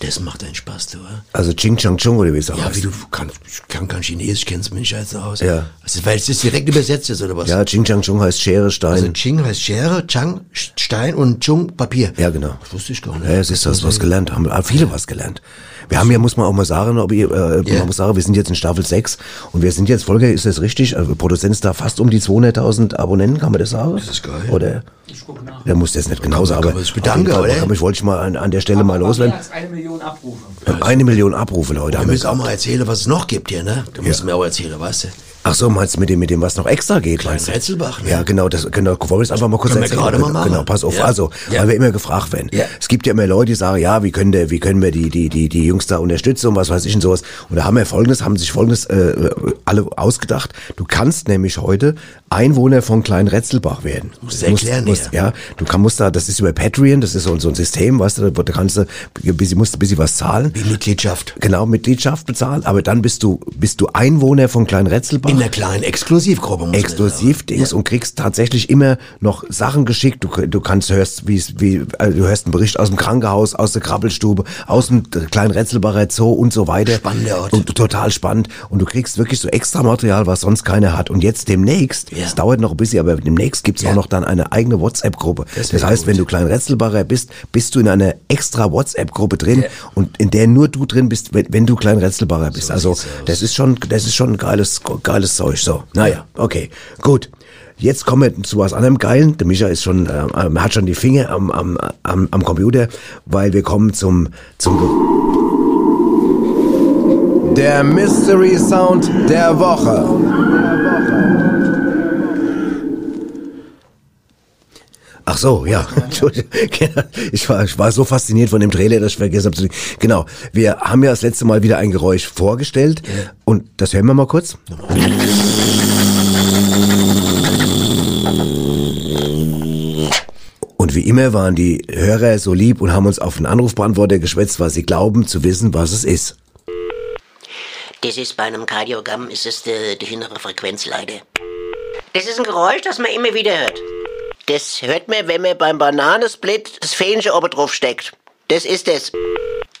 Das macht einen Spaß, du, oder? Also Ching Chang Chung oder wie es auch Ja, wie heißt. du kannst, ich kann kein Chinesisch, kennst mich scheiße aus. Ja. Also, weil es das direkt übersetzt ist, oder was? Ja, Ching Chang Chung heißt Schere, Stein. Also Ching heißt Schere, Chang Stein und Chung Papier. ja, genau. Das wusste ich gar nicht. Ja, es ist das, was gelernt haben. Haben viele was gelernt. Wir haben ja, muss man auch mal sagen, ob ihr, äh, Ja. man muss sagen, wir sind jetzt in Staffel 6 und wir sind jetzt, Volker, ist das richtig? Äh, Produzent ist da fast um die 200.000 Abonnenten, kann man das sagen? Das ist geil. Oder? Ich guck nach. Der muss jetzt nicht genau sagen, kann aber man sich auf jeden bedanken, Fall, oder? kann Ich wollte ich mal an, an der Stelle mal Mehr loswerden. als eine Million Abrufe. Eine Million Abrufe, Leute. Wir Haben wir müssen auch mal erzählen, was es noch gibt hier, ne? Du musst mir auch erzählen, weißt du? Ach so, meinst du mit dem, mit dem, was noch extra geht? meinst du? Rätselbach, ne? Ja, genau, das, genau, wollen wir es einfach mal kurz Können wir gerade Genau, mal machen. Genau, pass auf. Ja. Also, Ja. weil wir immer gefragt werden. Ja. Es gibt ja immer Leute, die sagen, ja, wie können der, wie können wir die, die, die, die Jungs da unterstützen und was weiß ich und sowas. Und da haben wir folgendes, haben sich folgendes, äh, alle ausgedacht. Du kannst nämlich heute Einwohner von Klein Rätzelbach werden. Musst du erklären, musst, ja. Du kann, musst da, das ist über Patreon, das ist so, so ein System, weißt du, da kannst du, ein bisschen- musst du ein bisschen was zahlen. Wie Mitgliedschaft. Genau, Mitgliedschaft bezahlt, aber dann bist du, bist du Einwohner von Klein Rätzelbach. In In einer kleinen Exklusivgruppe. muss man Exklusivdings und kriegst tatsächlich immer noch Sachen geschickt. Du, du kannst hörst wie es- wie also du hörst einen Bericht aus dem Krankenhaus, aus der Krabbelstube, aus dem kleinen Rätselbacher Zoo und so weiter. Spannender Ort. Und total spannend und du kriegst wirklich so extra Material, was sonst keiner hat. Und jetzt demnächst, es dauert noch ein bisschen, aber demnächst gibt's auch noch dann eine eigene WhatsApp Gruppe. Das, heißt, wenn du klein Rätselbacher bist, bist du in einer extra WhatsApp Gruppe drin und in der nur du drin bist, wenn, wenn du klein Rätselbacher bist. also, das ist schon das ist schon ein geiles geiles Zeug so. Naja, okay. Gut. Jetzt kommen wir zu was anderem Geilen. Der Micha ist schon, ähm, hat schon die Finger am, am, am, am Computer, weil wir kommen zum, zum, Ge- der Mystery Sound der Woche. Ach so, ja. Entschuldigung. Ich war, ich war so fasziniert von dem Trailer, dass ich vergessen habe zu sagen. Genau. Wir haben ja das letzte Mal wieder ein Geräusch vorgestellt. Und das hören wir mal kurz. Und wie immer waren die Hörer so lieb und haben uns auf den Anrufbeantworter geschwätzt, weil sie glauben zu wissen, was es ist. Das ist bei einem Kardiogramm, ist es äh, die, die hintere Frequenz leider. Das ist ein Geräusch, das man immer wieder hört. Das hört man, wenn man beim Bananensplit das Fähnchen oben drauf steckt. Das ist es.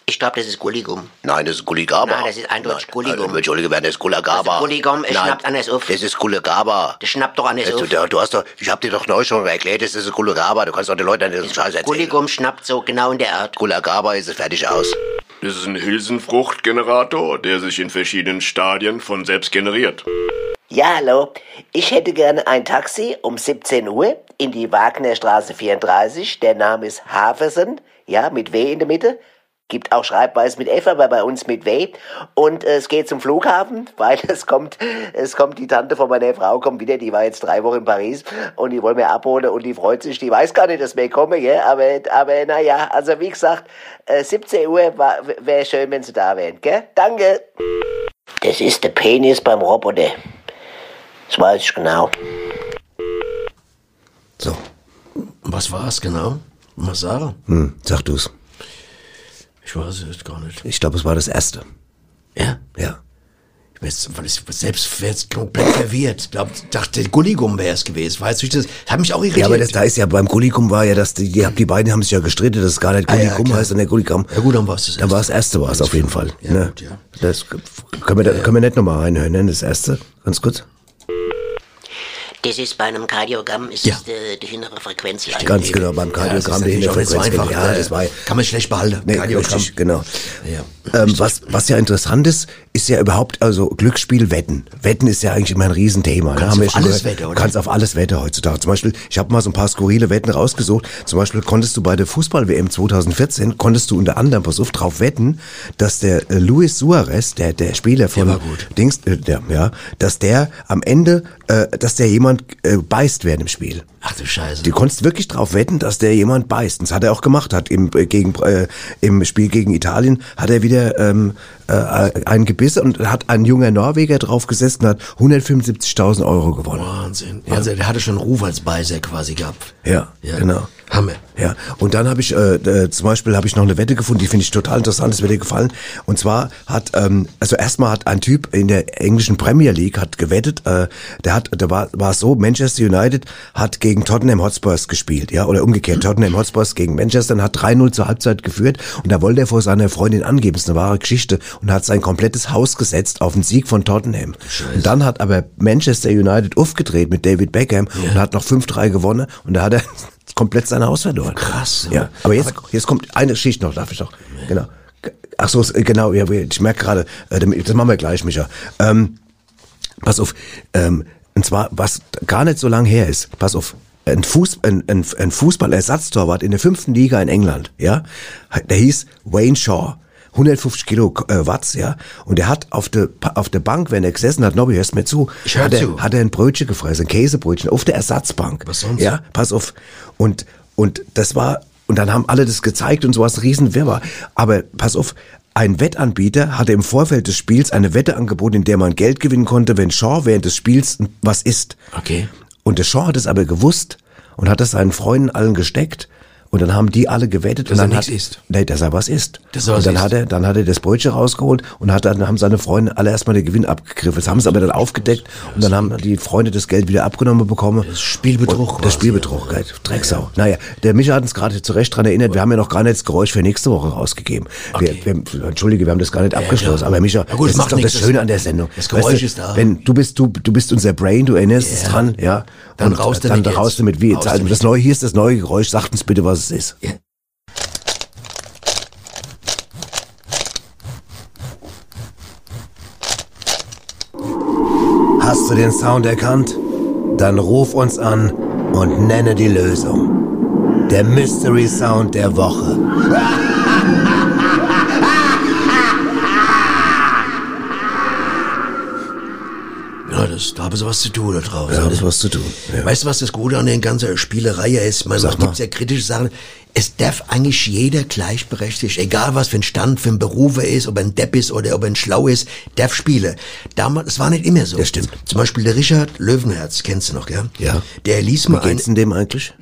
Ich glaube, das ist Gulligum. Nein, das ist Guligaba. Nein, das ist eindeutig Nein, Gulligum. also, Entschuldige, wenn das ist Gulagaba. Also Gulligum, es Nein, schnappt anders auf. Das ist Also Gulagaba. Das schnappt doch an das Du, auf. du, du hast doch, ich hab dir doch neu schon erklärt, das ist Gulagaba. Du kannst doch den Leuten an diesen Scheiß erzählen. Gulligum schnappt so genau in der Art. Gulagaba ist es fertig aus. Das ist ein Hülsenfruchtgenerator, der sich in verschiedenen Stadien von selbst generiert. Ja, hallo. Ich hätte gerne ein Taxi um 17 Uhr in die Wagnerstraße 34. Der Name ist Haversen, ja, mit W in der Mitte. Gibt auch Schreibweise mit F, aber bei uns mit W. Und äh, es geht zum Flughafen, weil es kommt, es kommt die Tante von meiner Frau, kommt wieder, die war jetzt drei Wochen in Paris und die wollen mir abholen und die freut sich, die weiß gar nicht, dass wir kommen, ja, aber, aber naja, also wie gesagt, äh, 17 Uhr wäre schön, wenn sie da wären, gell? Danke! Das ist der Penis beim Roboter. Das weiß ich genau. So. sagen. Was war's genau? Was sagen? Hm, sag du's. Ich weiß es gar nicht. Ich glaube, es war das erste. Ja? Ja. Ich bin jetzt, weil ich selbst wär jetzt komplett verwirrt. Glaub, dachte, Gulligum wäre es gewesen. Weißt du, ich das, hat mich auch irritiert. Ja, aber das da ist ja beim Gullikum war ja, dass die, die, die beiden haben sich ja gestritten, dass es gar nicht Ah, ja, Gullikum klar. heißt, sondern Gullikam. Ja, gut, dann war's das Dann war das erste war es auf jeden Fall. Ja, ne? gut, ja. Das können wir, da, können wir nicht nochmal reinhören, ne? Das erste. Ganz kurz. Das ist bei einem Kardiogramm, ist Ja. es die, die hintere Frequenz leider. Ganz genau beim Kardiogramm, der ja, das Hinterfrequenz. ist natürlich auch nicht so einfach. ja, das war Kann man schlecht behalten. Nee, Kardiogramm. richtig, genau. Ja. Ähm, was, was ja interessant ist, ist ja überhaupt, also Glücksspiel wetten. Wetten ist ja eigentlich immer ein Riesenthema. ne? Kannst Haben wir auf schon alles gehört. wetten, oder? Du kannst auf alles wetten heutzutage. Zum Beispiel, ich habe mal so ein paar skurrile Wetten rausgesucht. Zum Beispiel konntest du bei der Fußball-WM 2014, konntest du unter anderem, pass auf, drauf wetten, dass der äh, Luis Suarez, der, der Spieler von Dings, äh, der, ja, dass der am Ende, äh, dass der jemand äh, beißt während dem Spiel. Ach du Scheiße. Du konntest wirklich drauf wetten, dass der jemand beißt. Und das hat er auch gemacht. Hat im, äh, gegen, äh, im Spiel gegen Italien hat er wieder ähm, äh, einen gebissen und hat ein junger Norweger drauf gesessen und hat 175.000 Euro gewonnen. Wahnsinn. Also der hatte schon einen Ruf als Beiser quasi gehabt. Ja, genau. Hammer. Ja, und dann habe ich äh, äh, zum Beispiel habe ich noch eine Wette gefunden, die finde ich total interessant, das wird dir gefallen. Und zwar hat, ähm, also erstmal hat ein Typ in der englischen Premier League hat gewettet, äh, der hat, da war war es so, Manchester United hat gegen Tottenham Hotspurs gespielt, ja, oder umgekehrt, Tottenham Hotspurs gegen Manchester und hat 3-0 zur Halbzeit geführt und da wollte er vor seiner Freundin angeben, das ist eine wahre Geschichte, und hat sein komplettes Haus gesetzt auf den Sieg von Tottenham. Und dann hat aber Manchester United aufgedreht mit David Beckham und hat noch 5-3 gewonnen und da hat er komplett sein Haus verloren. Krass, ja. Ja, aber jetzt, jetzt kommt eine Schicht noch, darf ich noch. Genau. Ach so, es- genau, ja, ich merke gerade, äh, das machen wir gleich, Micha. Ähm, pass auf, ähm, und zwar, was gar nicht so lang her ist, pass auf, ein, Fuß, ein, ein, ein Fußballersatztorwart in der fünften Liga in England, ja, der hieß Wayne Shaw. 150 Kilo äh, Watts, ja. Und er hat auf der Pa- auf der Bank, wenn er gesessen hat, Nobby, hörst mir zu, Ich hör hat, er, zu. hat er ein Brötchen gefressen, ein Käsebrötchen auf der Ersatzbank. Was sonst? Ja, pass auf. Und, und das war, und dann haben alle das gezeigt und so was, Riesenwirrwarr. Aber pass auf, ein Wettanbieter hatte im Vorfeld des Spiels eine Wette angeboten, in der man Geld gewinnen konnte, wenn Shaw während des Spiels was isst. Okay. Und der Shaw hat es aber gewusst und hat es seinen Freunden allen gesteckt. Und dann haben die alle gewettet. Dass und er dann nichts hat, isst. Nee, dass er was isst. Dass er was und dann isst. hat er, dann hat er das Brötchen rausgeholt und hat dann, haben seine Freunde alle erstmal den Gewinn abgegriffen. Das haben sie aber dann aufgedeckt und dann haben die Freunde das Geld wieder abgenommen bekommen. Das Spielbetrug Das quasi, Spielbetrug, geil. Drecksau. Naja, der Micha hat uns gerade zu Recht dran erinnert, wir haben ja noch gar nicht das Geräusch für nächste Woche rausgegeben. Wir, wir, Entschuldige, wir haben das gar nicht abgeschlossen. Aber Micha, Na gut, das macht ist doch das nichts. Schöne an der Sendung. Das Geräusch Weißt du, ist da. Wenn du bist, du, du bist unser Brain, du erinnerst dich dran, ja. Dann Und raus Dann damit raus jetzt. damit, wie jetzt. Raus Also damit. das neue, hier ist das neue Geräusch. Sagt uns bitte, was es ist. Hast du den Sound erkannt? Dann ruf uns an und nenne die Lösung. Der Mystery Sound der Woche. Ja, das, da haben sie was zu tun da draußen. Da Das- ist was zu tun. Weißt du, was das Gute an der ganzen Spielerei ist? Man Sag Sag mal. gibt's ja kritische Sachen. Es darf eigentlich jeder gleichberechtigt, egal was für ein Stand, für ein Beruf er ist, ob er ein Depp ist oder ob er ein Schlau ist, darf spielen. Damals, es war nicht immer so. Das stimmt. Zum Beispiel der Richard Löwenherz, kennst du noch, gell? Ja. Der ließ Wie mal ein, geht's denn dem eigentlich?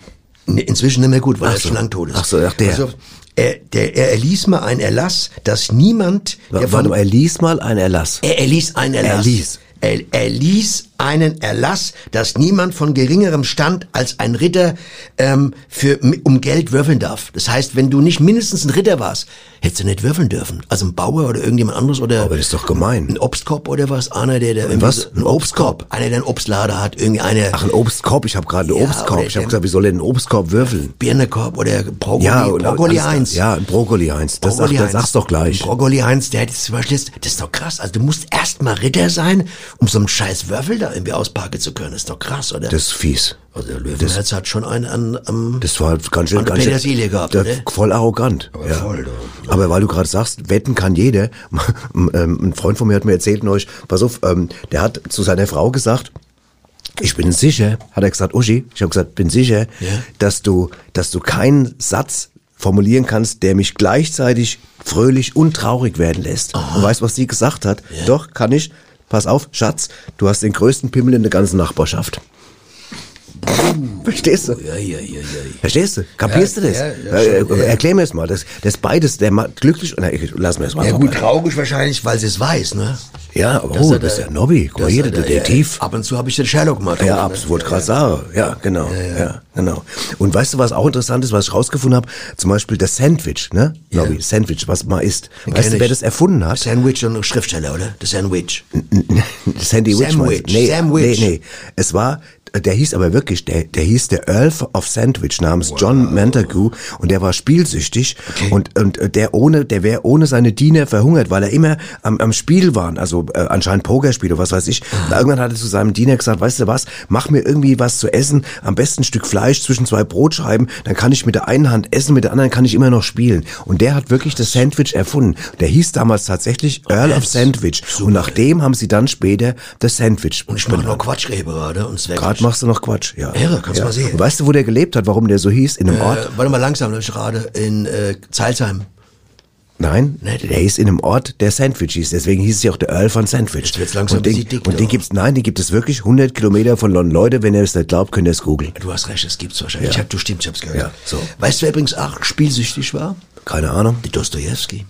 Nee, Inzwischen nicht mehr gut, weil Ach er so. schon lang tot ist. Ach so, ach, der. Pass auf, er, der, er erließ mal einen Erlass, dass niemand... der Warte mal, er lies mal einen Erlass. er erließ einen Erlass. Erließ. Er, erließ einen Erlass, dass niemand von geringerem Stand als ein Ritter ähm, für, um Geld würfeln darf. Das heißt, wenn du nicht mindestens ein Ritter warst, hättest du nicht würfeln dürfen. Also ein Bauer oder irgendjemand anderes oder... Aber das ist doch gemein. Ein Obstkorb oder was? Einer, der... der was? Ein Obstkorb. Einer, der einen Obstlader hat. Irgendwie eine... Ach, ein Obstkorb. Ich habe gerade einen Ja, Obstkorb. oder Ich habe der- gesagt, wie soll denn ein Obstkorb würfeln? Birnekorb oder Brokkoli, und- Brokkoli alles klar. 1. Ja, ein Brokkoli 1. Das, sag, Brokkoli das Heinz. sag's doch gleich. Brokkoli Heinz, der hätte zum Beispiel jetzt, das ist doch krass. Also du musst erst mal Ritter sein, um so einen scheiß Würfel da irgendwie auspacken zu können. Das ist doch krass, oder? Das ist fies. also Löwenherz hat schon einen an, am, Das war ganz schön, Hat ganz schön. Petersilie gehabt, da- oder? Voll arrogant. Aber, ja. voll, du. Aber weil du gerade sagst, wetten kann jeder. Ähm, Ein Freund von mir hat mir erzählt neulich, pass auf, ähm, der hat zu seiner Frau gesagt, ich bin sicher, hat er gesagt, Uschi, ich habe gesagt, bin sicher, Ja. dass du, dass du keinen Satz formulieren kannst, der mich gleichzeitig fröhlich und traurig werden lässt. Und weißt, was sie gesagt hat? Doch, kann ich. Pass auf, Schatz, du hast den größten Pimmel in der ganzen Nachbarschaft. Verstehst du? ja, ja, ja, ja. Verstehst du? Kapierst du das? ja, ja, Äh, äh, Erklär mir das mal. Das, das beides, der macht glücklich. Na, ich, lass mir das mal. Ja, vorbei. gut, traurig wahrscheinlich, weil sie es weiß, ne? Ja, aber Dass oh, er das ist da- ja Nobby. Guck mal dass hier, er der da- ja, Detektiv. Ab und zu habe ich den Sherlock mal Ja, drauf, ne? absolut, gerade sagen. Ja, genau. Ja, genau. Und weißt du, was auch interessant ist, was ich rausgefunden habe? Zum Beispiel das Sandwich, ne? Nobby, Sandwich, was man isst. Weißt kenn du, wer ich. das erfunden hat? Sandwich und ein Schriftsteller, oder? Das Sandwich. Sandy Witch. Sandwich, meinst du? Nee, Sandwich. nee, nee. Es war, der hieß aber wirklich, der, der hieß der Earl of Sandwich namens John Montagu und der war spielsüchtig und, und äh, der ohne, der wäre ohne seine Diener verhungert, weil er immer am, am Spiel waren, also äh, anscheinend Pokerspiel oder was weiß ich. Ah. Und irgendwann hat er zu seinem Diener gesagt, weißt du was, mach mir irgendwie was zu essen, am besten ein Stück Fleisch zwischen zwei Brotscheiben, dann kann ich mit der einen Hand essen, mit der anderen kann ich immer noch spielen. Und der hat wirklich das Sandwich erfunden. Der hieß damals tatsächlich Earl of Sandwich und nach dem haben sie dann später das Sandwich Und ich mache noch Quatsch gerade und Zweck. Gerade machst du noch Quatsch, ja. Irre, kannst ja. mal sehen. Und weißt du, wo der gelebt hat, warum der so hieß? In einem äh, Ort? warte mal langsam, läuft gerade in äh, Zeilsheim. Nein, Nee, der hieß in einem Ort, der Sandwich hieß. Deswegen hieß es ja auch der Earl von Sandwich. Jetzt wird's langsam und den, ein bisschen dick, und den doch. gibt's, nein, den gibt es wirklich 100 Kilometer von London. Leute, wenn ihr es nicht glaubt, könnt ihr es googeln. Du hast recht, es gibt's wahrscheinlich. Ja. Ich hab, du stimmt, ich hab's gehört. Ja, so. Weißt du, wer übrigens auch spielsüchtig war? Keine Ahnung. Die Dostoevsky.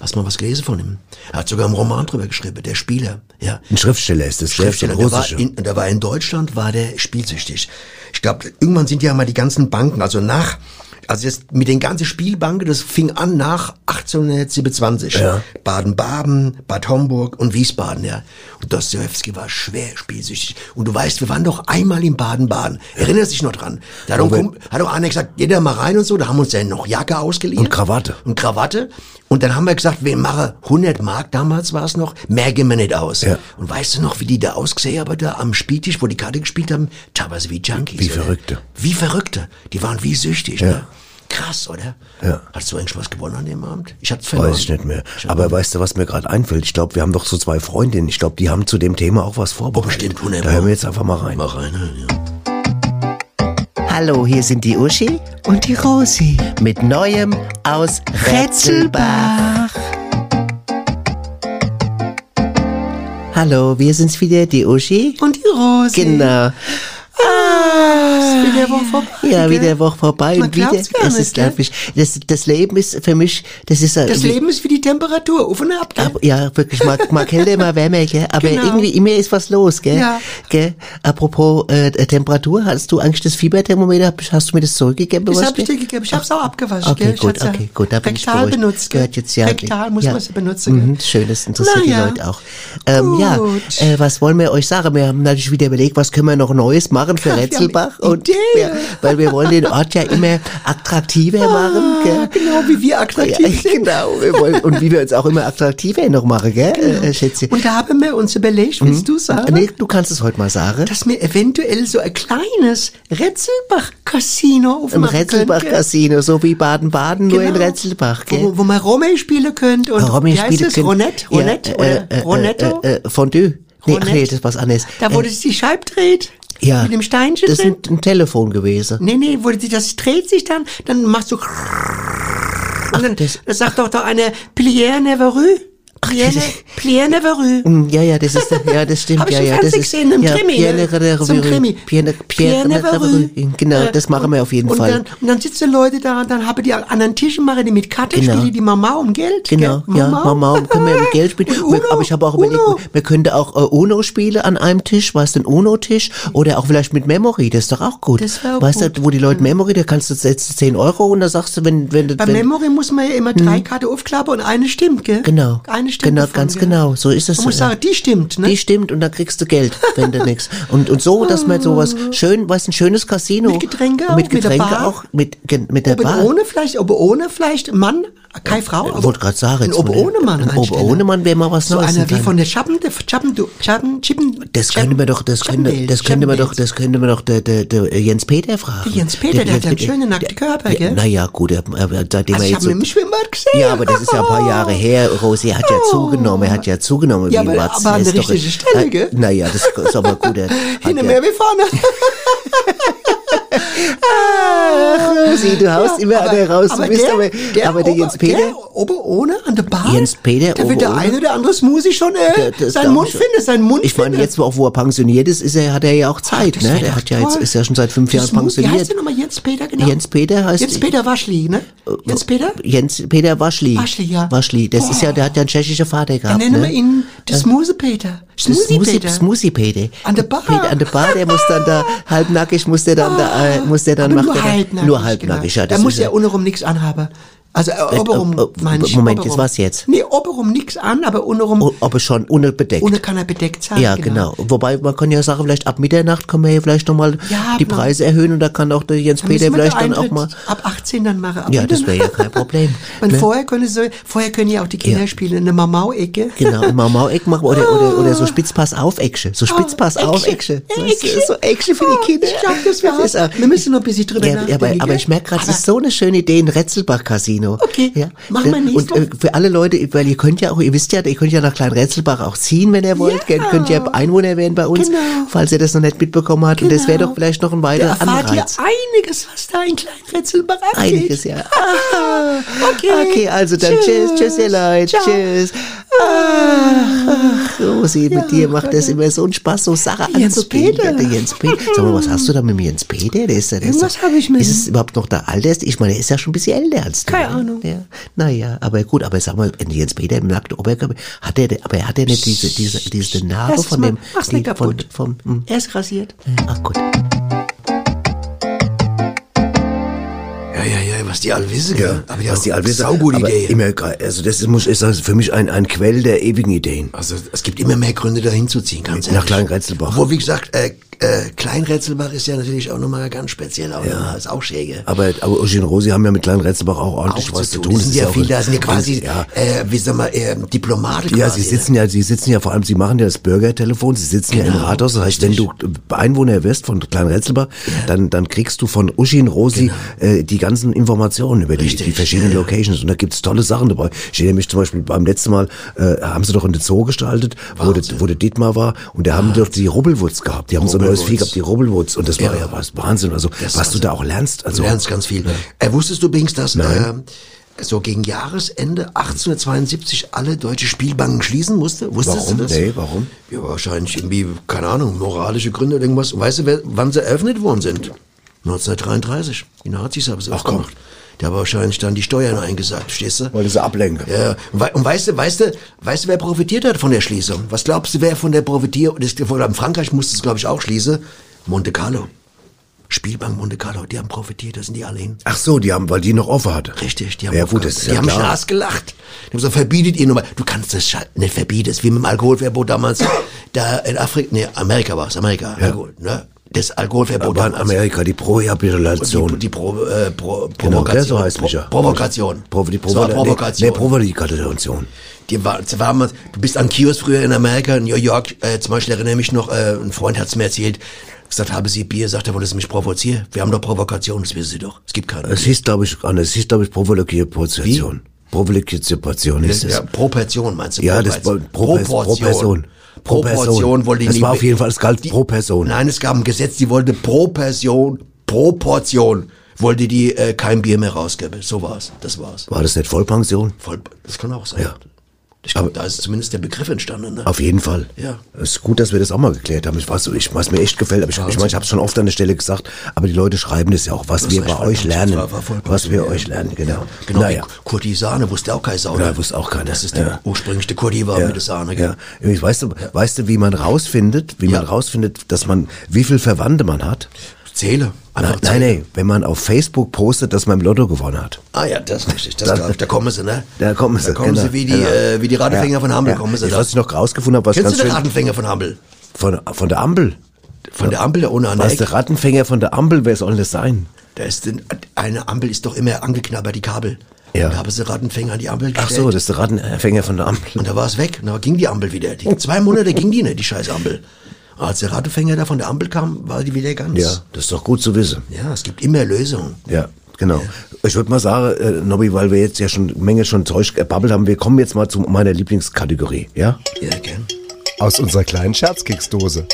Hast du mal was gelesen von ihm? Er hat sogar einen Roman drüber geschrieben, der Spieler. Ja. Ein Schriftsteller ist das, Schriftsteller, der der ist ein war russischer. in, der war in Deutschland, war der spielsüchtig. Ich glaube, irgendwann sind ja mal die ganzen Banken, also nach, also jetzt mit den ganzen Spielbanken, das fing an nach 1827. Baden-Baden, Bad Homburg und Wiesbaden, ja. Und Dostoevsky war schwer spielsüchtig. Und du weißt, wir waren doch einmal in Baden-Baden. Erinnerst dich noch dran? Da hat doch ein Kumpel- hat doch einer gesagt, jeder mal rein und so, da haben wir uns dann noch Jacke ausgeliehen. Und Krawatte. Und Krawatte. Und dann haben wir gesagt, wir machen 100 Mark, damals war es noch, mehr geben wir nicht aus. Ja. Und weißt du noch, wie die da ausgesehen haben, da am Spieltisch, wo die Karte gespielt haben? Teilweise wie Junkies. Wie oder? Verrückte. Wie Verrückte. Die waren wie süchtig. Ne? Krass, oder? Ja. Hast du eigentlich was gewonnen an dem Abend? Ich hab's verloren. Weiß ich nicht mehr. Aber weißt du, was mir gerade einfällt? Ich glaube, wir haben doch so zwei Freundinnen. Ich glaube, die haben zu dem Thema auch was vorbereitet. bestimmt, wunderbar. Da hören wir jetzt einfach mal rein. Mal rein, ja. Hallo, hier sind die Uschi und die Rosi mit Neuem aus Rätselbach. Hallo, wir sind's wieder, die Uschi. Und die Rose. Genau. Ah, wie der Woche vorbei. Ja, wie der Woche vorbei. Man und wieder, glaubt's gar es nicht, ist, glaub ich, das, das Leben ist für mich, das ist Das Leben ist wie die Temperatur, auf und ab. Gell? ja, wirklich, mal, mal kälter, mal wärmer, gell? Aber Genau. irgendwie immer ist was los, gell? Ja. gell? Apropos äh, Temperatur, hast du eigentlich das Fieberthermometer, hab ich- hast du mir das zurückgegeben? Das was habe ich dir gegeben. Ich habe es auch abgewascht. Okay, gell? Ich gut, hab's ja okay, gut, da bin ich rektal beruhigt. benutzt. Gell? Gehört jetzt ja. rektal muss ja. man es ja benutzen. Gell? Mhm, schön, das interessiert Na ja. die Leute auch. Ähm, ja, Gut. äh, was wollen wir euch sagen? Wir haben natürlich wieder überlegt, was können wir noch Neues machen für Ja, wir Retzelbach. haben Und, ja, weil wir wollen den Ort ja immer attraktiver machen. Gell? Genau, wie wir Ja, attraktiv sind. genau, wir wollen, und wie wir uns auch immer attraktiver noch machen, gell, äh, Schätzchen? Genau. Und da haben wir uns überlegt, willst du sagen? Nee, du kannst es heute mal sagen. dass wir eventuell so ein kleines Retzelbach-Casino aufmachen Im können, gell? Retzelbach-Casino, so wie Baden-Baden, nur in Genau. Retzelbach, gell? Wo, wo man Romme spielen könnte und Warum wie ich heißt spiele es? Ronette? Ronette? oder Ronetto? Äh, äh, Fondue. Nee, ach nee, das ist was anderes. da wurde äh, sich die Scheibe dreht. ja, Mit dem Steinchen das ist drin. Hm. ein, ein Telefon gewesen. Nee, nee, wurde die, das dreht sich dann, dann machst du und dann, das, sagt doch doch eine Plier Neverü. Plier, ne, Plier Neverü. Hm, Ja, ja, das ist der, ja, das stimmt, Hab ich ja, im ja, das Fernsehen ist gesehen, im ja, Krimi, ne? Pierre So im Krimi. Revue, Pierre, Pierre, Pierre Revue. Genau, Äh, das machen wir auf jeden und Fall. Dann, und dann sitzen Leute da und dann haben die an den Tischen, machen die mit Karte, Genau. spielen die Mama um Geld. Genau, gell? ja, Mama, können wir mit Geld spielen. wir, aber ich habe auch überlegt, wir könnten auch äh, Uno spielen an einem Tisch, weißt du, ein Uno-Tisch oder auch vielleicht mit Memory, das ist doch auch gut. Das wär auch weißt gut. Hm. du, wo die Leute Memory, da kannst du jetzt 10 Euro und da sagst du, wenn, wenn, Bei wenn Memory muss man ja immer drei Karten aufklappen und eine stimmt, gell? Hm. Genau. Eine stimmt. Genau, davon, ganz gell? genau. So ist es. Man muss ja. sagen, die stimmt, ne? Die stimmt und dann kriegst du Geld, wenn du nix. Und, und so, dass man sowas schön, weißt du, ein schönes Casino. Mit Getränke auch, Mit mit der Getränke Bar. auch, mit, gen- mit der Ob Bar. ohne vielleicht, ob ohne vielleicht, Mann, keine Frau, Ich wollte gerade sagen, ein ob ohne Mann. Ein Ob anstelle. ohne Mann wäre mal was So Neues. einer wie dann. von der Schappen, der Schappen, du, Schappen, Chippen. das könnte man doch, das könnte, Schattenbild, das könnte man doch, das könnte man doch der, der, der Jens Peter fragen. Der Jens Peter, der hat ja einen schönen nackten Körper, der- gell? Naja, gut, er- er- seitdem Also er ich jetzt habe ihn so, im Schwimmbad gesehen. ja, aber das ist ja ein paar Jahre her. Rosi hat ja zugenommen, er hat ja zugenommen Ja, wie aber- ein Watz. aber an Er der ist doch- richtigen Stelle, gell? Naja, das ist aber gut. er hat Hinter ja- mir wie vorne. Ach, Rosi, du haust immer aber, alle raus. aber du bist der- aber, aber der Jens Peter, Der oben ohne an der Bar. Jens Peter, Da oben wird der ohne. eine oder andere Smoothie schon, äh, Der- der- sein der- Mund findet, sein Mund ich meine, jetzt, auch wo er pensioniert ist, ist er, hat er ja auch Zeit, Ah, wär ne? Der doch hat ja jetzt, toll. ist ja schon seit fünf Jahren Smoothie. Wie heißt pensioniert. der nochmal? Jens Peter, genau. Jens Peter heißt, Jens Peter Waschli, ne? Jens Peter? Jens Peter Waschli. Waschli, ja. Waschli. Das ist ja, der hat ja einen tschechischen Vater Dann gehabt, nennen ne? wir ihn der Smoothie Peter. Smoothie Peter. Smoothie Peter. An der Bar. Peter an der Bar, der muss dann da, halbnackig muss der dann da, äh, muss der dann Aber macht nur er dann- halbnackig. Nur halbnackig, ja. Da das muss ist ja untenrum nichts anhaben. Also äh, äh, oberum, äh, meine ich. Moment, oberum. das war's jetzt. Nee, oberum nichts an, aber untenrum, Oh, aber schon unbedeckt. ohne kann er bedeckt sein. Ja, genau. Wobei man kann ja sagen, vielleicht ab Mitternacht kann man ja vielleicht nochmal Ja, die man- Preise erhöhen und da kann auch der Jens Da Peter müssen wir vielleicht den dann auch Eintritt mal. Ab 18 dann machen. ab Ja, das wäre ja Mitternacht. kein Problem. Und ne? vorher, können so, vorher können ja auch die Kinder spielen, eine Mamau-Ecke. Genau, im Mau-Mau-Eck machen wir oder, oder, oder Ah. so Spitzpass auf Ecksche. Oh, So Spitzpass auf Ecksche. Weißt du, Eckchen. So Ecksche für die Kinder. Oh, ne? Ich glaub, das ist war's. auch- Wir müssen noch ein bisschen drüber Ja, nachdenken. ja, aber, aber ich merke gerade, es ist so eine schöne Idee, ein Retzelbach-Casino. Okay, ja? machen wir nächste Und äh, für alle Leute, weil ihr könnt ja auch, ihr wisst ja, ihr könnt ja nach Klein-Retzelbach auch ziehen, wenn ihr wollt. Ihr könnt ja Einwohner werden bei uns, Genau. falls ihr das noch nicht mitbekommen habt. Und das wäre doch vielleicht noch ein Da weiterer erfahrt ihr Anreiz. einiges, was da in Kleinrätselbach abgeht. Einiges, ja. Ah, okay. Okay, also dann tschüss, tschüss, ihr Leute, Ciao. tschüss. Ach, Rosi, mit dir macht das immer so einen Spaß, so Sache Jens anzugehen. Peter. Der Jens Peter. Sag mal, was hast du da mit dem Jens Peter? Der ist, ja- der ist Irgendwas doch- habe ich mit Ist ihm. es überhaupt noch der Alte? Ich meine, er ist ja schon ein bisschen älter als du. Keine ne? Ahnung. Ja. Naja, aber gut, aber sag mal, wenn Jens Peter im nackten Oberkörper, hat er, aber hat er nicht diese, diese, diese Narbe Lass es von mal. dem, Mach's nicht die- von, kaputt. vom, hm, Er ist rasiert. ach gut. Ja, ja, ja, was die alle wissen, gell? Aber die was die Allwisse. saugute aber Idee. Immer, geil. also das ist, muss ich sagen, für mich ein, ein Quell der ewigen Ideen. Also es gibt immer mehr Gründe, da hinzuziehen, ganz Nach ehrlich. Kleinretzelbach. Obwohl, wie gesagt, äh, äh, Kleinretzelbach ist ja natürlich auch nochmal ganz speziell. Auch ja. Ist auch schräge. Aber, aber Uschi und Rosi haben ja mit Kleinretzelbach auch ordentlich Auch was zu tun. Die Das sind ist ja auch viele, ein- da sind ja quasi, Ja. äh, wie sagen wir, äh, Diplomaten Ja, quasi. ne? sie sitzen ja, sie sitzen ja vor allem, sie machen ja das Bürgertelefon, sie sitzen ja im Genau. Rathaus. Das heißt, wenn du Einwohner wirst von Kleinretzelbach, dann, dann kriegst du von Uschi und Rosi Genau. äh, die ganzen Informationen über die, die verschiedenen Locations. Und da gibt's tolle Sachen dabei. Ich erinnere mich zum Beispiel beim letzten Mal, äh, haben sie doch in den Zoo gestaltet, wo, der, wo der Dietmar war, und da haben die doch die Rubbelwurz gehabt. Die haben so ein neues Rubbelwurz. Vieh gehabt, die Rubbelwurz. Und das war ja, was Wahnsinn. Also, was du da auch lernst. Also, Du ne? lernst ganz viel. Äh, wusstest du übrigens, dass äh, so gegen Jahresende 1872 alle deutsche Spielbanken schließen musste? Wusstest warum? du das? Nee, warum? Ja, wahrscheinlich irgendwie, keine Ahnung, moralische Gründe oder irgendwas. Weißt du, wer, wann sie eröffnet worden sind? 1933. Die Nazis haben es ausgemacht. Der hat wahrscheinlich dann die Steuern eingesagt, verstehst du? Wollte sie ablenken. Ja, und wei- und weißt du, weißt du, weißt du, wer profitiert hat von der Schließung? Was glaubst du, wer von der profitiert? Das, vor allem Frankreich musste es, glaube ich, auch schließen. Monte Carlo. Spielbank Monte Carlo, die haben profitiert, da sind die alle hin. Ach so, die haben, weil die noch offen hatte. Richtig, die haben Ja auch gut, ge- das ist die ja haben klar. Spaß gelacht. Die haben gesagt, verbietet ihr nur mal. Du kannst das scha- nicht verbieten. Das ist wie mit dem Alkoholverbot damals. Da in Afrika, nee, Amerika war es, Amerika. Ja. Alkohol, ne? Das Alkoholverbot Aber in Amerika, die Prohibition. Die, die Pro, äh, Pro, Genau, der so Provokation. heißt mich ja. Provokation. Provo die Das war Provo Provokation. Nee, nee, Provokation. Die war, das war mal, du bist am Kiosk früher in Amerika, in New York, äh, zum Beispiel erinnere mich noch, äh, ein Freund hat's mir erzählt, gesagt, habe sie Bier, sagt er, wollen Sie mich provozieren? Wir haben doch Provokation, das wissen Sie doch. Es gibt keine. Es hieß, glaube ich, anders. Es hieß, glaube ich, Provokation. Provokation ist es. Ja, Proportion meinst du? Ja, das war pro, Pers- pro Person. Pro Person wollte die Das nie- war auf jeden Fall, es galt pro Person. Nein, es gab ein Gesetz, die wollte pro Person, pro Portion, wollte die äh, kein Bier mehr rausgeben. So war's. Das war's. War das nicht Vollpension? Voll, das kann auch sein. Ich glaube, da ist zumindest der Begriff entstanden. Ne? Auf jeden Fall. Ja. Es ist gut, dass wir das auch mal geklärt haben. Ich weiß, ich, was mir echt gefällt, aber ich, ich, meine, ich habe es schon oft an der Stelle gesagt, aber die Leute schreiben das ja auch, was Das wir war bei echt euch verdammt, lernen. das war- war voll was wir ja. euch lernen, genau. Genau, naja. die Kurtisane wusste auch keine Sau. Ja, ne? wusste auch keiner. Das ist der Ja. ursprünglichste Kurti war mit der Sahne. gell? Ja. Übrigens, weißt du, weißt du, wie man rausfindet, wie man rausfindet, dass man, wie viel Verwandte man hat? Zähle. Nein, nein, nein, wenn man auf Facebook postet, dass man im Lotto gewonnen hat. Ah ja, das ist richtig. Das glaub ich. Da kommen sie, ne? Da kommen sie. Da kommen sie genau, wie die, genau. äh, wie die Radefänger von Hameln kommen sie Ich, da. was ich noch rausgefunden habe, was Kennst ganz du den schön- Rattenfänger von Hameln? Von, von der Ampel. Von der Ampel, der ohne an der Was, der Ecke? Rattenfänger von der Ampel, wer soll das sein? Da ist denn, eine Ampel ist doch immer angeknabbert, die Kabel. Ja. Da haben sie Rattenfänger an die Ampel Ach gestellt. so, das ist der Rattenfänger von der Ampel. Und da war es weg. Und da ging die Ampel wieder. Die, zwei Monate ging die nicht, die scheiß Ampel. Und als der Rattenfänger da von der Ampel kam, war die wieder ganz. Ja, das ist doch gut zu wissen. Ja, es gibt immer Lösungen. Ja, genau. Ich würde mal sagen, äh, Nobby, weil wir jetzt ja schon Menge schon Zeug gebabbelt haben, wir kommen jetzt mal zu meiner Lieblingskategorie, ja? Ja, gern. Aus unserer kleinen Scherzkeksdose.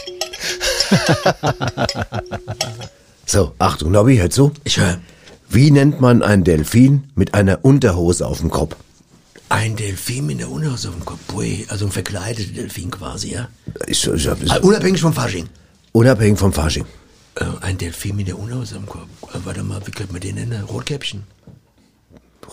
So, Achtung, Nobby, hör zu. Ich höre. Wie nennt man einen Delfin mit einer Unterhose auf dem Kopf? Ein Delfin mit der Unterhose auf dem Kopf. Pui, also ein verkleideter Delfin quasi, ja? Ich, ich hab, Ah, Unabhängig vom Fasching. unabhängig vom Fasching. Äh, Ein Delfin mit der Unterhose am Kopf. Äh, Warte mal, wie könnte man den nennen? Rotkäppchen?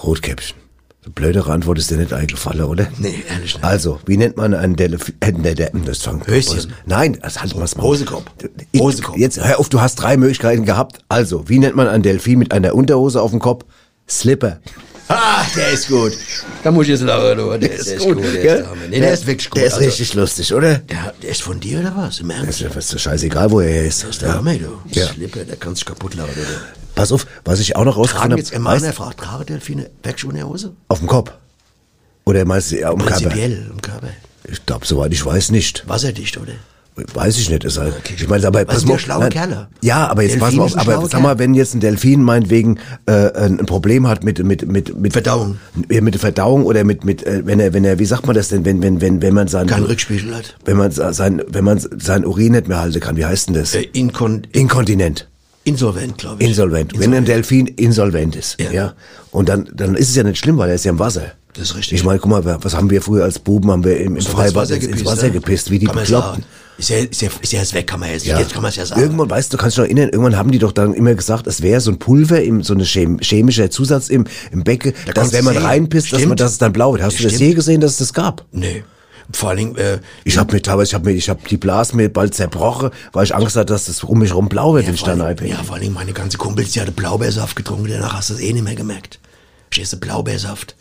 Rotkäppchen. So blödere Antwort ist dir nicht eingefallen, oder? Nee, äh, ehrlich nicht. Also, wie nennt man einen Delfin? Äh, ne, der- das fang- Höschen. Nein, das halt mal's mal. Hosekopf. Ich- Hosekopf. Jetzt hör auf, du hast drei Möglichkeiten gehabt. Also, wie nennt man einen Delfin mit einer Unterhose auf dem Kopf? Slipper. Ah, der ist gut. Da muss ich jetzt lachen, du. Der, ist, echt gut. Der, gell? ist der, Hammer. nee, der ist wirklich gut. Der ist Also, richtig lustig, oder? Der, hat- der ist von dir oder was? Im Das Ernst? ist, das ist scheißegal, wo er ist. Das ist der Ja. Hammer, du. Ja. Schlipper, der kannst dich kaputt lachen, du. Pass auf, was ich auch noch Tragen rausgefunden jetzt habe. immer einer weißt- fragt, tragen Delfine wirklich ohne Hose? Auf dem Kopf. Oder meinst du, ja, um Körper? Prinzipiell im Körper. Ich glaube, soweit ich weiß nicht. Wasserdicht, oder? Weiß ich nicht. Ist halt, ich meine, aber Was sind ja Also schlaue Kerle? Ja, aber jetzt Delfin pass mal ist auf. ein Aber schlauer sag mal, wenn jetzt ein Delfin meinetwegen äh, ein ein Problem hat mit mit mit mit Verdauung. ja, mit der Verdauung oder mit mit äh, wenn er wenn er wie sagt man das denn, wenn wenn wenn wenn man sein Kein Rückspiegel hat. wenn man sa- sein wenn man sein Urin nicht mehr halten kann, wie heißt denn das? Äh, Inkon in Inkontinent. insolvent, glaube ich. Insolvent. Wenn ein Delfin insolvent ist, ja. Ja. Und dann, dann ist es ja nicht schlimm, weil er ist ja im Wasser. Das ist richtig. Ich meine, guck mal, was haben wir früher als Buben, haben wir im, im So Freibad ins, ins Wasser ne? gepisst, wie die Kann man Bekloppten. sagen. Ist ja, ist, ja, ist ja jetzt weg, kann man jetzt. Jetzt kann man es ja sagen. Irgendwann, weißt du, kannst du noch erinnern, irgendwann haben die doch dann immer gesagt, es wäre so ein Pulver, im, so ein chem, chemischer Zusatz im, im Becken, dass kannst wenn du man sehen. reinpisst, dass, man, Stimmt. dass es dann blau wird. Hast du das Stimmt. je gesehen, dass es das gab? nee. Vor allen Dingen, äh, Ich habe mir teilweise, ich habe mir, ich habe die Blasen mir bald zerbrochen, weil ich Angst hatte, dass das um mich rum blau wird, wenn ich vor da allen- rein bin. Ja, vor allem meine ganze Kumpels, die hatte Blaubeersaft getrunken, danach hast du es eh nicht mehr gemerkt. Verstehst du, Blaubeersaft.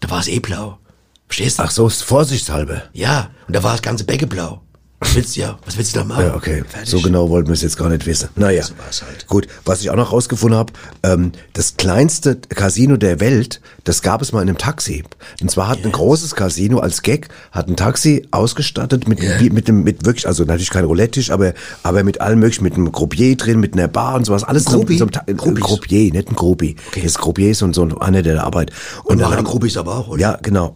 Da war es eh blau. Verstehst du? Ach so, ist vorsichtshalber. Ja, und da war das ganze Becke blau. Was willst du, ja? Was willst du da machen? Ja, okay. Ah, Fertig. So genau wollten wir es jetzt gar nicht wissen. Naja. So war's halt. Gut, was ich auch noch rausgefunden habe, ähm, das kleinste Casino der Welt, das gab es mal in einem Taxi. Und zwar hat ein großes Casino als Gag, hat ein Taxi ausgestattet mit, wie, mit dem, mit wirklich, also natürlich kein Roulette-Tisch, aber, aber mit allem möglichen, mit einem Croupier drin, mit einer Bar und sowas, alles Groupie? so, so Ta- äh, Groupies? Croupier, nicht ein Croupier. Das Croupier ist so ein, so einer, der da arbeitet. Und, Machen haben- die Gruppis aber auch, oder? ja, genau.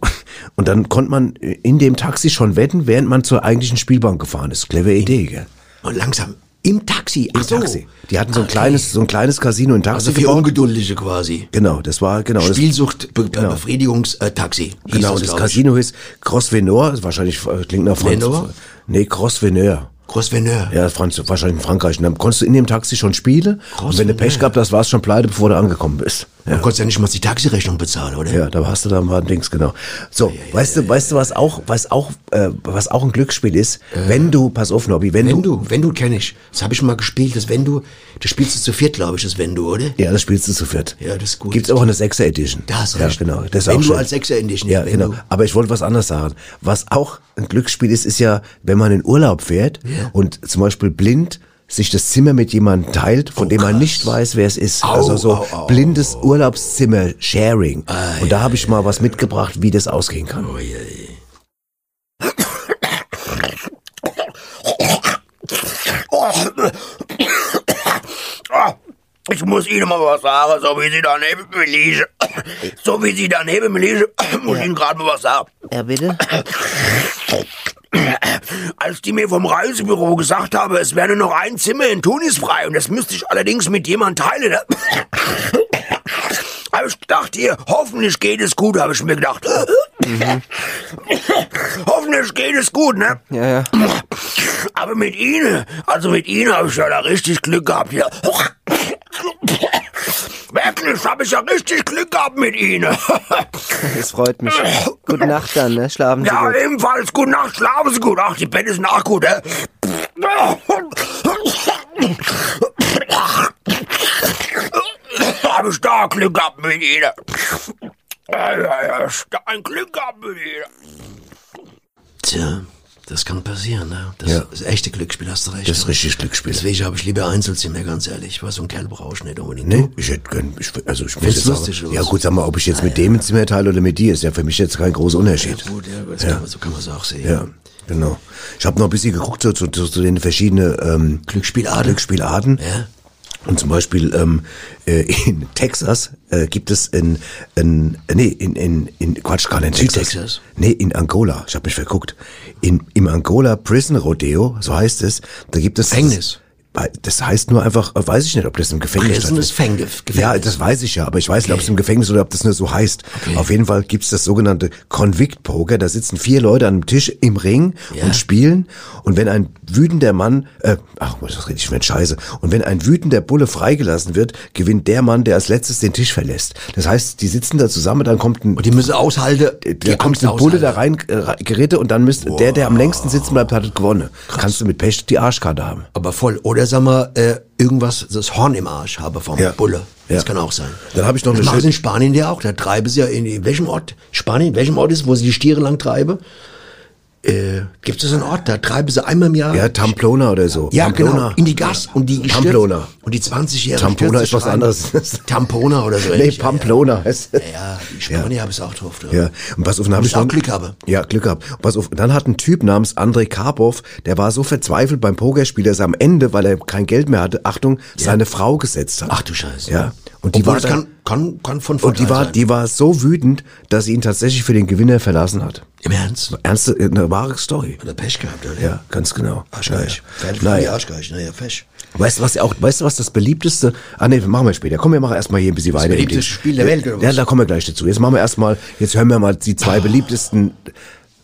Und dann konnte man in dem Taxi schon wetten, während man zur eigentlichen Spielbank gefahren ist. Clevere Idee, gell? Und langsam. Im Taxi. Ach Im so. Ah, Taxi. Die hatten so ein Okay. kleines, so ein kleines Casino in Taxi. Also für gebaut. Ungeduldige quasi. Genau, das war genau das. Spielsucht, Be Befriedigungstaxi. Genau, das Casino hieß Cross Venor, wahrscheinlich äh, klingt nach Franz. Lenor? Nee, Cross Veneur. Grossveneur. Ja, Franz, wahrscheinlich in Frankreich. Und dann konntest du in dem Taxi schon spielen. Und wenn du Pech gehabt hast, warst du schon pleite, bevor du angekommen bist. Du konntest ja nicht mal die Taxirechnung bezahlen, oder? Ja, da hast du dann mal ein Dings, genau. So, weißt du, weißt du, was auch, was auch, äh, was auch ein Glücksspiel ist? Wenn du, pass auf, Nobby, wenn, Äh. Wenn du, wenn du kenne ich. Das habe ich mal gespielt, das wenn du, das spielst du zu viert, glaube ich, das wenn du, oder? Ja, das spielst du zu viert. Ja, das ist gut. Gibt's auch eine 6 Edition. Da hast du ja, recht. genau. Das ist Wenn auch du schön. als 6er Edition, Ja, wenn genau. du- Aber ich wollte was anderes sagen. Was auch ein Glücksspiel ist, ist ja, wenn man in Urlaub fährt Ja. und zum Beispiel blind sich das Zimmer mit jemandem teilt, von dem man nicht weiß, wer es ist. also so blindes Urlaubszimmer-Sharing. und da habe ich mal was mitgebracht, wie das ausgehen kann. Ah, Ich muss Ihnen mal was sagen, so wie Sie daneben mir liegen. So wie Sie daneben mir liegen, muss ich Ihnen gerade mal was sagen. Ja, bitte? Als die mir vom Reisebüro gesagt haben, es wäre nur noch ein Zimmer in Tunis frei und das müsste ich allerdings mit jemand teilen, ne? habe ich gedacht, hier, hoffentlich geht es gut, habe ich mir gedacht. hoffentlich geht es gut, ne? Ja, ja. Aber mit Ihnen, also mit Ihnen habe ich ja da richtig Glück gehabt, ja. Wirklich, habe ich ja richtig Glück gehabt mit Ihnen. Das freut mich. Gute Nacht dann, ne? Schlafen Sie Ja, gut. ebenfalls. Gute Nacht, schlafen Sie gut. Ach, die Bett ist nach gut, hä? Hab ich da Glück gehabt mit Ihnen. Ja, ja, ja, ich da ein Glück gehabt mit Ihnen. Tja, das kann passieren, ne? Das Ja. ist echte Glücksspiel, hast du recht. Das ist richtig Glücksspiel. Deswegen habe ich lieber Einzelzimmer, ganz ehrlich, weil so ein Kerl brauche ich nicht unbedingt. Nee, Ne, ich hätte gern, ich, also ich muss Findest jetzt du sagen, lustig, oder ja was? gut, sag mal, ob ich jetzt mit dem ins Zimmer teile oder mit dir, ist ja für mich jetzt kein großer Unterschied. Gut, ja, aber das Ja. Kann man, so kann man es auch sehen. Ja, genau. Ich habe noch ein bisschen geguckt so, zu, zu, zu den verschiedenen ähm, Glücksspielarten. Glücksspielarten. Ja. Und zum Beispiel ähm, äh, in Texas äh, gibt es in, in nee in in, in Quatsch gar nicht in Texas. Südtexas? Nee, in Angola. Ich habe mich verguckt. In im Angola Prison Rodeo, so heißt es. Da gibt es Das, Gefängnis. das heißt nur einfach, äh, weiß ich nicht, ob das im Gefängnis Prison ist stattfindet. Fängef- Ja, das weiß ich ja, aber ich weiß nicht, ob es im Gefängnis oder ob das nur so heißt. Auf jeden Fall gibt's das sogenannte Convict Poker. Da sitzen vier Leute an einem Tisch im Ring und spielen. Und wenn ein wütender Mann, äh, ach, das rede ich mit Scheiße. Und wenn ein wütender Bulle freigelassen wird, gewinnt der Mann, der als letztes den Tisch verlässt. Das heißt, die sitzen da zusammen, dann kommt ein... Und die müssen aushalten. Da kommt ein Bulle da rein, äh, rein- geritten und dann müsste der, der am längsten sitzen bleibt, hat es gewonnen. Kannst du mit Pech die Arschkarte haben. Aber voll. Oder sag mal, äh, irgendwas, das Horn im Arsch habe vom Ja. Bulle. Das Ja. kann auch sein. Dann habe ich noch das eine machen sie schöne- in Spanien ja auch. Da treiben sie ja in, in welchem Ort? Spanien, in welchem Ort ist, wo sie die Stiere lang treiben? Äh, Gibt es einen Ort, da treiben sie einmal im Jahr? Ja, Tamplona oder so. Ja, Pamplona. genau. In die Gas und die gestürzt- Pamplona. Und die 20-Jährigen. Tampona stürzen ist was schreien. anderes. Tampona oder so. Nee, ähnlich, ja, Pamplona heißt es. Ja, die Spanier haben es auch drauf. Ja, und pass auf, dann habe Muss ich noch auch Glück haben. Ja, Glück gehabt. Und Pass auf, dann hat ein Typ namens Andrei Karpov, der war so verzweifelt beim Pokerspiel, dass er am Ende, weil er kein Geld mehr hatte, Achtung, seine Frau gesetzt hat. Ach du Scheiße. Ja. Und die Obwohl, war das dann, kann, kann, kann von und die Vorteil war, sein. die war so wütend, dass sie ihn tatsächlich für den Gewinner verlassen hat. Im Ernst? Ernste, äh, eine wahre Story. Hat er Pech gehabt, oder? Ja, ganz genau. Arschgeich. Ja, ja. Fertig, Naja. Arschgeich, naja, Pech. Weißt du, was auch, weißt du, was das beliebteste, ah nee, machen wir später. Komm, wir machen erstmal hier ein bisschen weiter. im beliebteste Ding. Spiel der Welt, oder was? Ja, da kommen wir gleich dazu. Jetzt machen wir erstmal, jetzt hören wir mal die zwei beliebtesten,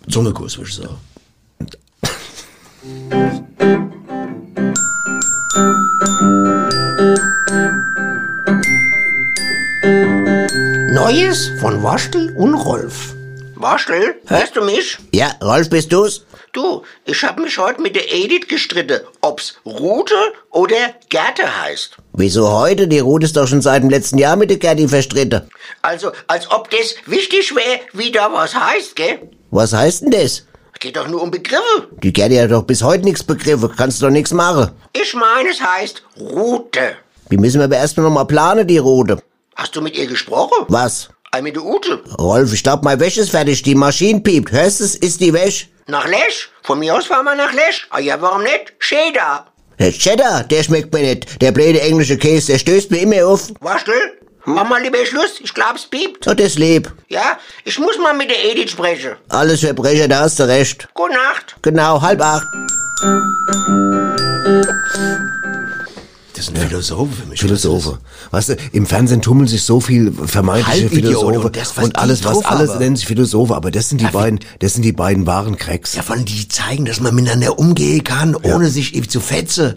Zungenkurs, würde ich sagen. Neues von Waschtel und Rolf. Waschel, hörst du mich? Ja, Rolf, bist du's? Du, ich habe mich heute mit der Edith gestritten, ob's Rute oder Gerte heißt. Wieso heute? Die Ruth ist doch schon seit dem letzten Jahr mit der Gerti verstritten. Also, als ob das wichtig wäre, wie da was heißt, gell? Was heißt denn das? Geht doch nur um Begriffe. Die Gerti hat doch bis heute nichts begriffen. Kannst du doch nichts machen. Ich meine, es heißt Rute. Die müssen wir aber erstmal nochmal planen, die Rute. Hast du mit ihr gesprochen? Was? Ei, mit der Ute. Rolf, ich glaub, meine Wäsche ist fertig. Die Maschine piept. Hörst du's? Ist die Wäsche? Nach Lesch? Von mir aus fahren wir nach Lesch. Ah ja, warum nicht? Schön da. Der Cheddar, der schmeckt mir nicht. Der blöde englische Käse, der stößt mir immer auf. Waschel, mach mal lieber Schluss. Ich glaub, es piept. Oh, das Leb. Ja, ich muss mal mit der Edith sprechen. Alles Verbrecher, da hast du recht. Gute Nacht. Genau, halb acht. Das ist ein Philosophe für mich. Philosophe. Weißt du, im Fernsehen tummeln sich so viel vermeintliche Halbidiot Philosophen und, und das, was die alles, was drauf alles haben. nennen sich Philosophe, aber das sind die beiden, das sind die beiden wahren Cracks. Ja, von die zeigen, dass man miteinander umgehen kann, ohne sich eben zu fetzen.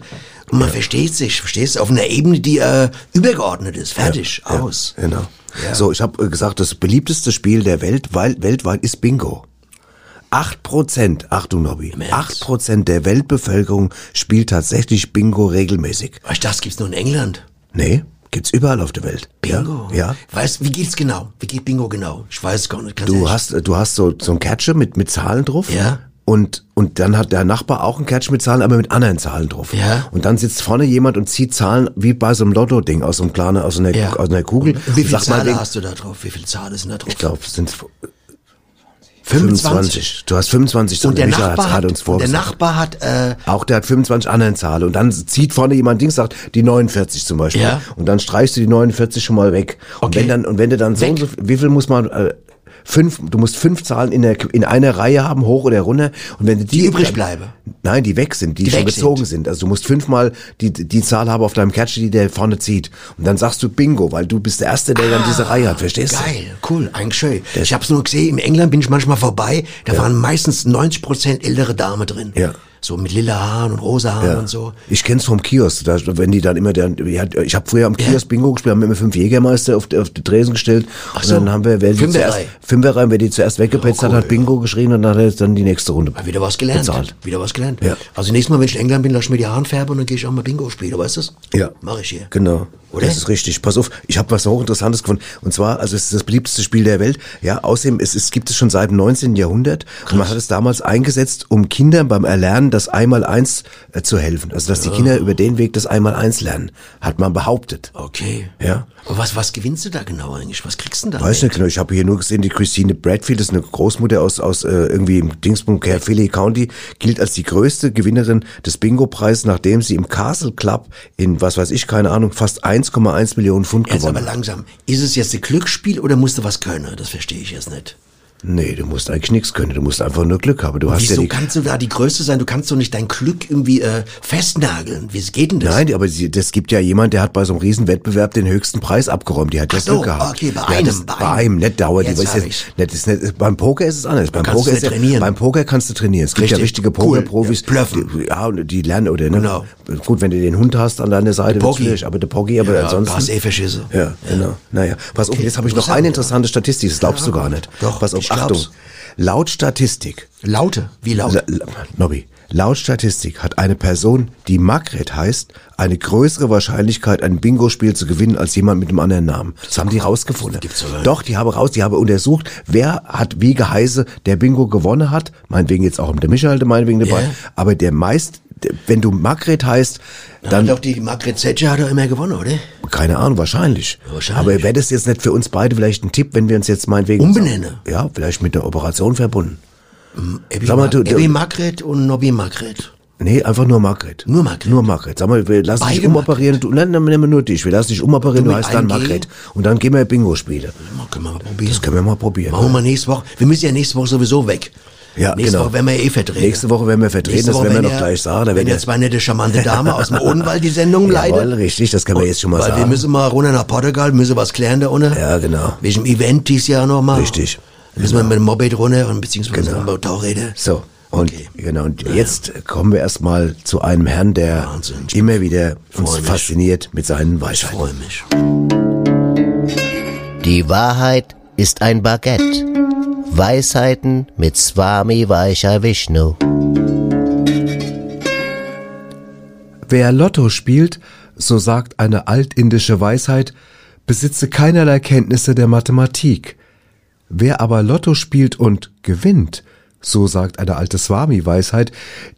Und man versteht sich, verstehst du, auf einer Ebene, die äh, übergeordnet ist. Fertig, aus. Genau. So, ich habe gesagt, das beliebteste Spiel der Welt, weil, weltweit ist Bingo. 8%, Achtung Nobby, 8% der Weltbevölkerung spielt tatsächlich Bingo regelmäßig. Weißt du, das gibt's nur in England. Nee, gibt's überall auf der Welt. Bingo. Ja. Weißt du, wie geht's genau? Wie geht Bingo genau? Ich weiß gar nicht. ganz Du ehrlich. hast, du hast so, so ein Catcher mit, mit Zahlen drauf. Ja. Und, und dann hat der Nachbar auch einen Catch mit Zahlen, aber mit anderen Zahlen drauf. Ja. Und dann sitzt vorne jemand und zieht Zahlen wie bei so einem Lotto-Ding aus so einem kleinen, aus einer, aus einer Kugel. Wie viele Sag mal, Zahlen denk- hast du da drauf? Wie viele Zahlen sind da drauf? Ich glaube, es sind 25. Du hast 25 so Und der Michael Nachbar hat's hat, gerade uns und der vorgesagt. Nachbar hat, äh, Auch der hat 25 anderen Zahlen. Und dann zieht vorne jemand Dings, sagt die 49 zum Beispiel. Ja. Und dann streichst du die 49 schon mal weg. Und wenn dann, und wenn du dann so, und so wie viel muss man, äh, fünf, du musst fünf Zahlen in, der, in einer Reihe haben, hoch oder runter. Und wenn du die, Die übrig dann- bleiben. Nein, die weg sind, die, Die schon weg gezogen sind. Also du musst fünfmal die, die Zahl haben auf deinem Catcher, die der vorne zieht. Und dann sagst du Bingo, weil du bist der Erste, der dann diese Reihe hat. Verstehst du? Geil, cool, eigentlich schön. Ich hab's nur gesehen, in England bin ich manchmal vorbei, da waren meistens 90% ältere Damen drin. Ja. So mit lila Haaren und rosa Haaren Ja. und so. Ich kenn's vom Kiosk, da, wenn die dann immer, der, ja, ich habe früher am Kiosk Bingo gespielt, haben wir immer fünf Jägermeister auf, auf die Tresen gestellt und so. dann haben wir, wer die Fünferei. zuerst, Fünferei, wer die zuerst weggepetzt hat, hat Bingo geschrien und dann hat er dann die nächste Runde Wieder was gelernt. bezahlt. Wieder was gelernt. Ja. Also nächstes Mal, wenn ich in England bin, lass ich mir die Haaren färben und dann gehe ich auch mal Bingo spielen, weißt du's? Ja. Mach ich hier. Genau. Oder? Das ist richtig. Pass auf, ich habe was hochinteressantes gefunden. Und zwar, also es ist das beliebteste Spiel der Welt. Ja, außerdem, es, es gibt es schon seit dem 19. Jahrhundert. Und man hat es damals eingesetzt, um Kindern beim Erlernen das Einmaleins äh, zu helfen. Also, dass die Ah. Kinder über den Weg das Einmaleins lernen, hat man behauptet. Okay. Ja. Aber was, was gewinnst du da genau eigentlich? Was kriegst du denn da? Weiß nicht genau, ich habe hier nur gesehen, die Christine Bradfield ist eine Großmutter aus, aus äh, irgendwie im Dingsbunk Caerphilly County, gilt als die größte Gewinnerin des Bingo-Preises, nachdem sie im Castle Club in, was weiß ich, keine Ahnung, fast 1,1 Millionen Pfund Jetzt aber gewonnen hat. langsam. Ist es jetzt ein Glücksspiel oder musst du was können? Das verstehe ich jetzt nicht. Nee, du musst eigentlich nichts können, du musst einfach nur Glück haben. Du hast ja Wieso die, kannst du da die Größte sein? Du kannst doch nicht dein Glück irgendwie äh, festnageln. Wie geht denn das? Nein, aber sie, das gibt ja jemand, der hat bei so einem Riesenwettbewerb den höchsten Preis abgeräumt. Die hat das so, Glück gehabt. okay, bei Ja, einem, das, bei bei einem. einem, nicht dauert. Jetzt die, weiß hab jetzt, nicht, ist nicht, beim Poker ist es anders. Beim kannst Poker ist es nicht ja- trainieren. Beim Poker kannst du trainieren. Es gibt ja Richtig, richtige cool. Pokerprofis. Ja, bluffen. Die, ja, und die lernen oder ne? Genau. Gut, wenn du den Hund hast an deiner Seite, wird's Pogi. schwierig. Aber der Pogi, aber Ja, ansonsten. pass eh verschisse. Ja, genau. Naja, pass auf, jetzt habe ich noch interessant, eine interessante Statistik. Das glaubst du gar nicht. Doch. Pass auf, ich glaub's. Achtung. Laut Statistik. Laute, wie laut? La- la- Nobby, laut Statistik hat eine Person, die Margret heißt, eine größere Wahrscheinlichkeit, ein Bingo-Spiel zu gewinnen, als jemand mit einem anderen Namen. Das haben die rausgefunden. Doch, die haben raus, die haben untersucht, wer hat wie geheiße, der Bingo gewonnen hat. Meinetwegen jetzt auch der Michael, der meinetwegen dabei. Ja. Aber der meist, der- wenn du Margret heißt, dann, Hat doch die Margret Thatcher hat doch immer gewonnen, oder? keine Ahnung, wahrscheinlich. Wahrscheinlich. Aber wäre das jetzt nicht für uns beide vielleicht ein Tipp, wenn wir uns jetzt meinetwegen... Umbenenne. Ja, vielleicht mit der Operation verbunden. Abby, Sag mal, du- Abby Margret und Nobby Margret. Nee, einfach nur Margret. Nur Margret. Nur Margret. Sag mal, wir lassen dich Beide umoperieren. Du, nein, nein, nehmen wir nur dich. Wir lassen dich umoperieren, Du du, mit heißt dann einem G? Margret. Und dann gehen wir Bingo spielen. Können wir mal probieren. Das können wir mal probieren. ne? Machen wir mal nächste Woche. Wir müssen ja nächste Woche sowieso weg. Ja, nächste genau. Woche werden wir eh vertreten. Nächste Woche werden wir vertreten, Nächste das Woche werden wir werden noch ja- gleich sagen. Da werden ja wir- zwei nette, charmante Damen aus dem Odenwald die Sendung leiten. Jawohl, richtig, das können wir jetzt schon mal Oh, Weil sagen. wir müssen mal runter nach Portugal, müssen was klären da unten. ja, genau. Wegen dem Event dieses Jahr nochmal. Richtig. Genau. Müssen wir mit dem Moped runter und beziehungsweise mit dem Motorräder. So. Und, genau, und jetzt kommen wir erstmal zu einem Herrn, der immer wieder uns Freu mich. fasziniert mit seinen Weisheiten. Freue mich. Die Wahrheit ist ein Baguette. Weisheiten mit Swami Weicher Vishnu. Wer Lotto spielt, so sagt eine altindische Weisheit, besitze keinerlei Kenntnisse der Mathematik. Wer aber Lotto spielt und gewinnt, so sagt eine alte Swami-Weisheit,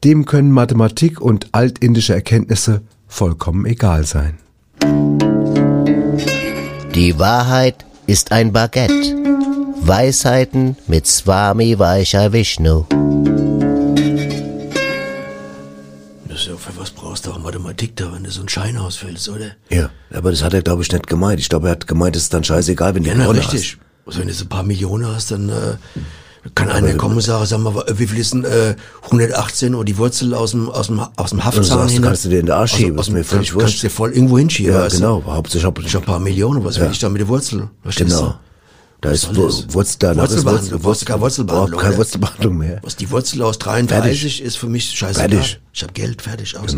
dem können Mathematik und altindische Erkenntnisse vollkommen egal sein. Die Wahrheit ist ein Baguette. Weisheiten mit Swami Weicher Vishnu. Das ist ja, für was brauchst du auch Mathematik da, wenn du so einen Schein ausfüllst, oder? Ja, aber das hat er, glaube ich, nicht gemeint. Ich glaube, er hat gemeint, es ist dann scheißegal, wenn du Ja, na, gewonnen richtig. Also wenn du so ein paar Millionen hast, dann äh, Kann einer kommen und sagen, sag mal, wie viel ist denn äh, 118 oder die Wurzel aus dem, aus dem, aus Und dem du Haftzahn sagst, hin? kannst du dir in den Arsch Also, schieben, aus ist dem- mir völlig kannst- wurscht. Kannst du dir voll irgendwo hinschieben. Ja, weißt du? genau. Hauptsächlich habe Ich hab ein paar Millionen, was will Ja. ich da mit der Wurzel? Verstehst Genau. Da ist Wur- Wurzel da. du? Wurzelbehandlung, Wurzel, keine Wurzelbehandlung. Keine ne? Wurzelbehandlung mehr. Was die Wurzel aus 33 Fertig. ist für mich scheißegal. Fertig. Genau. Ich habe Geld, fertig, aus.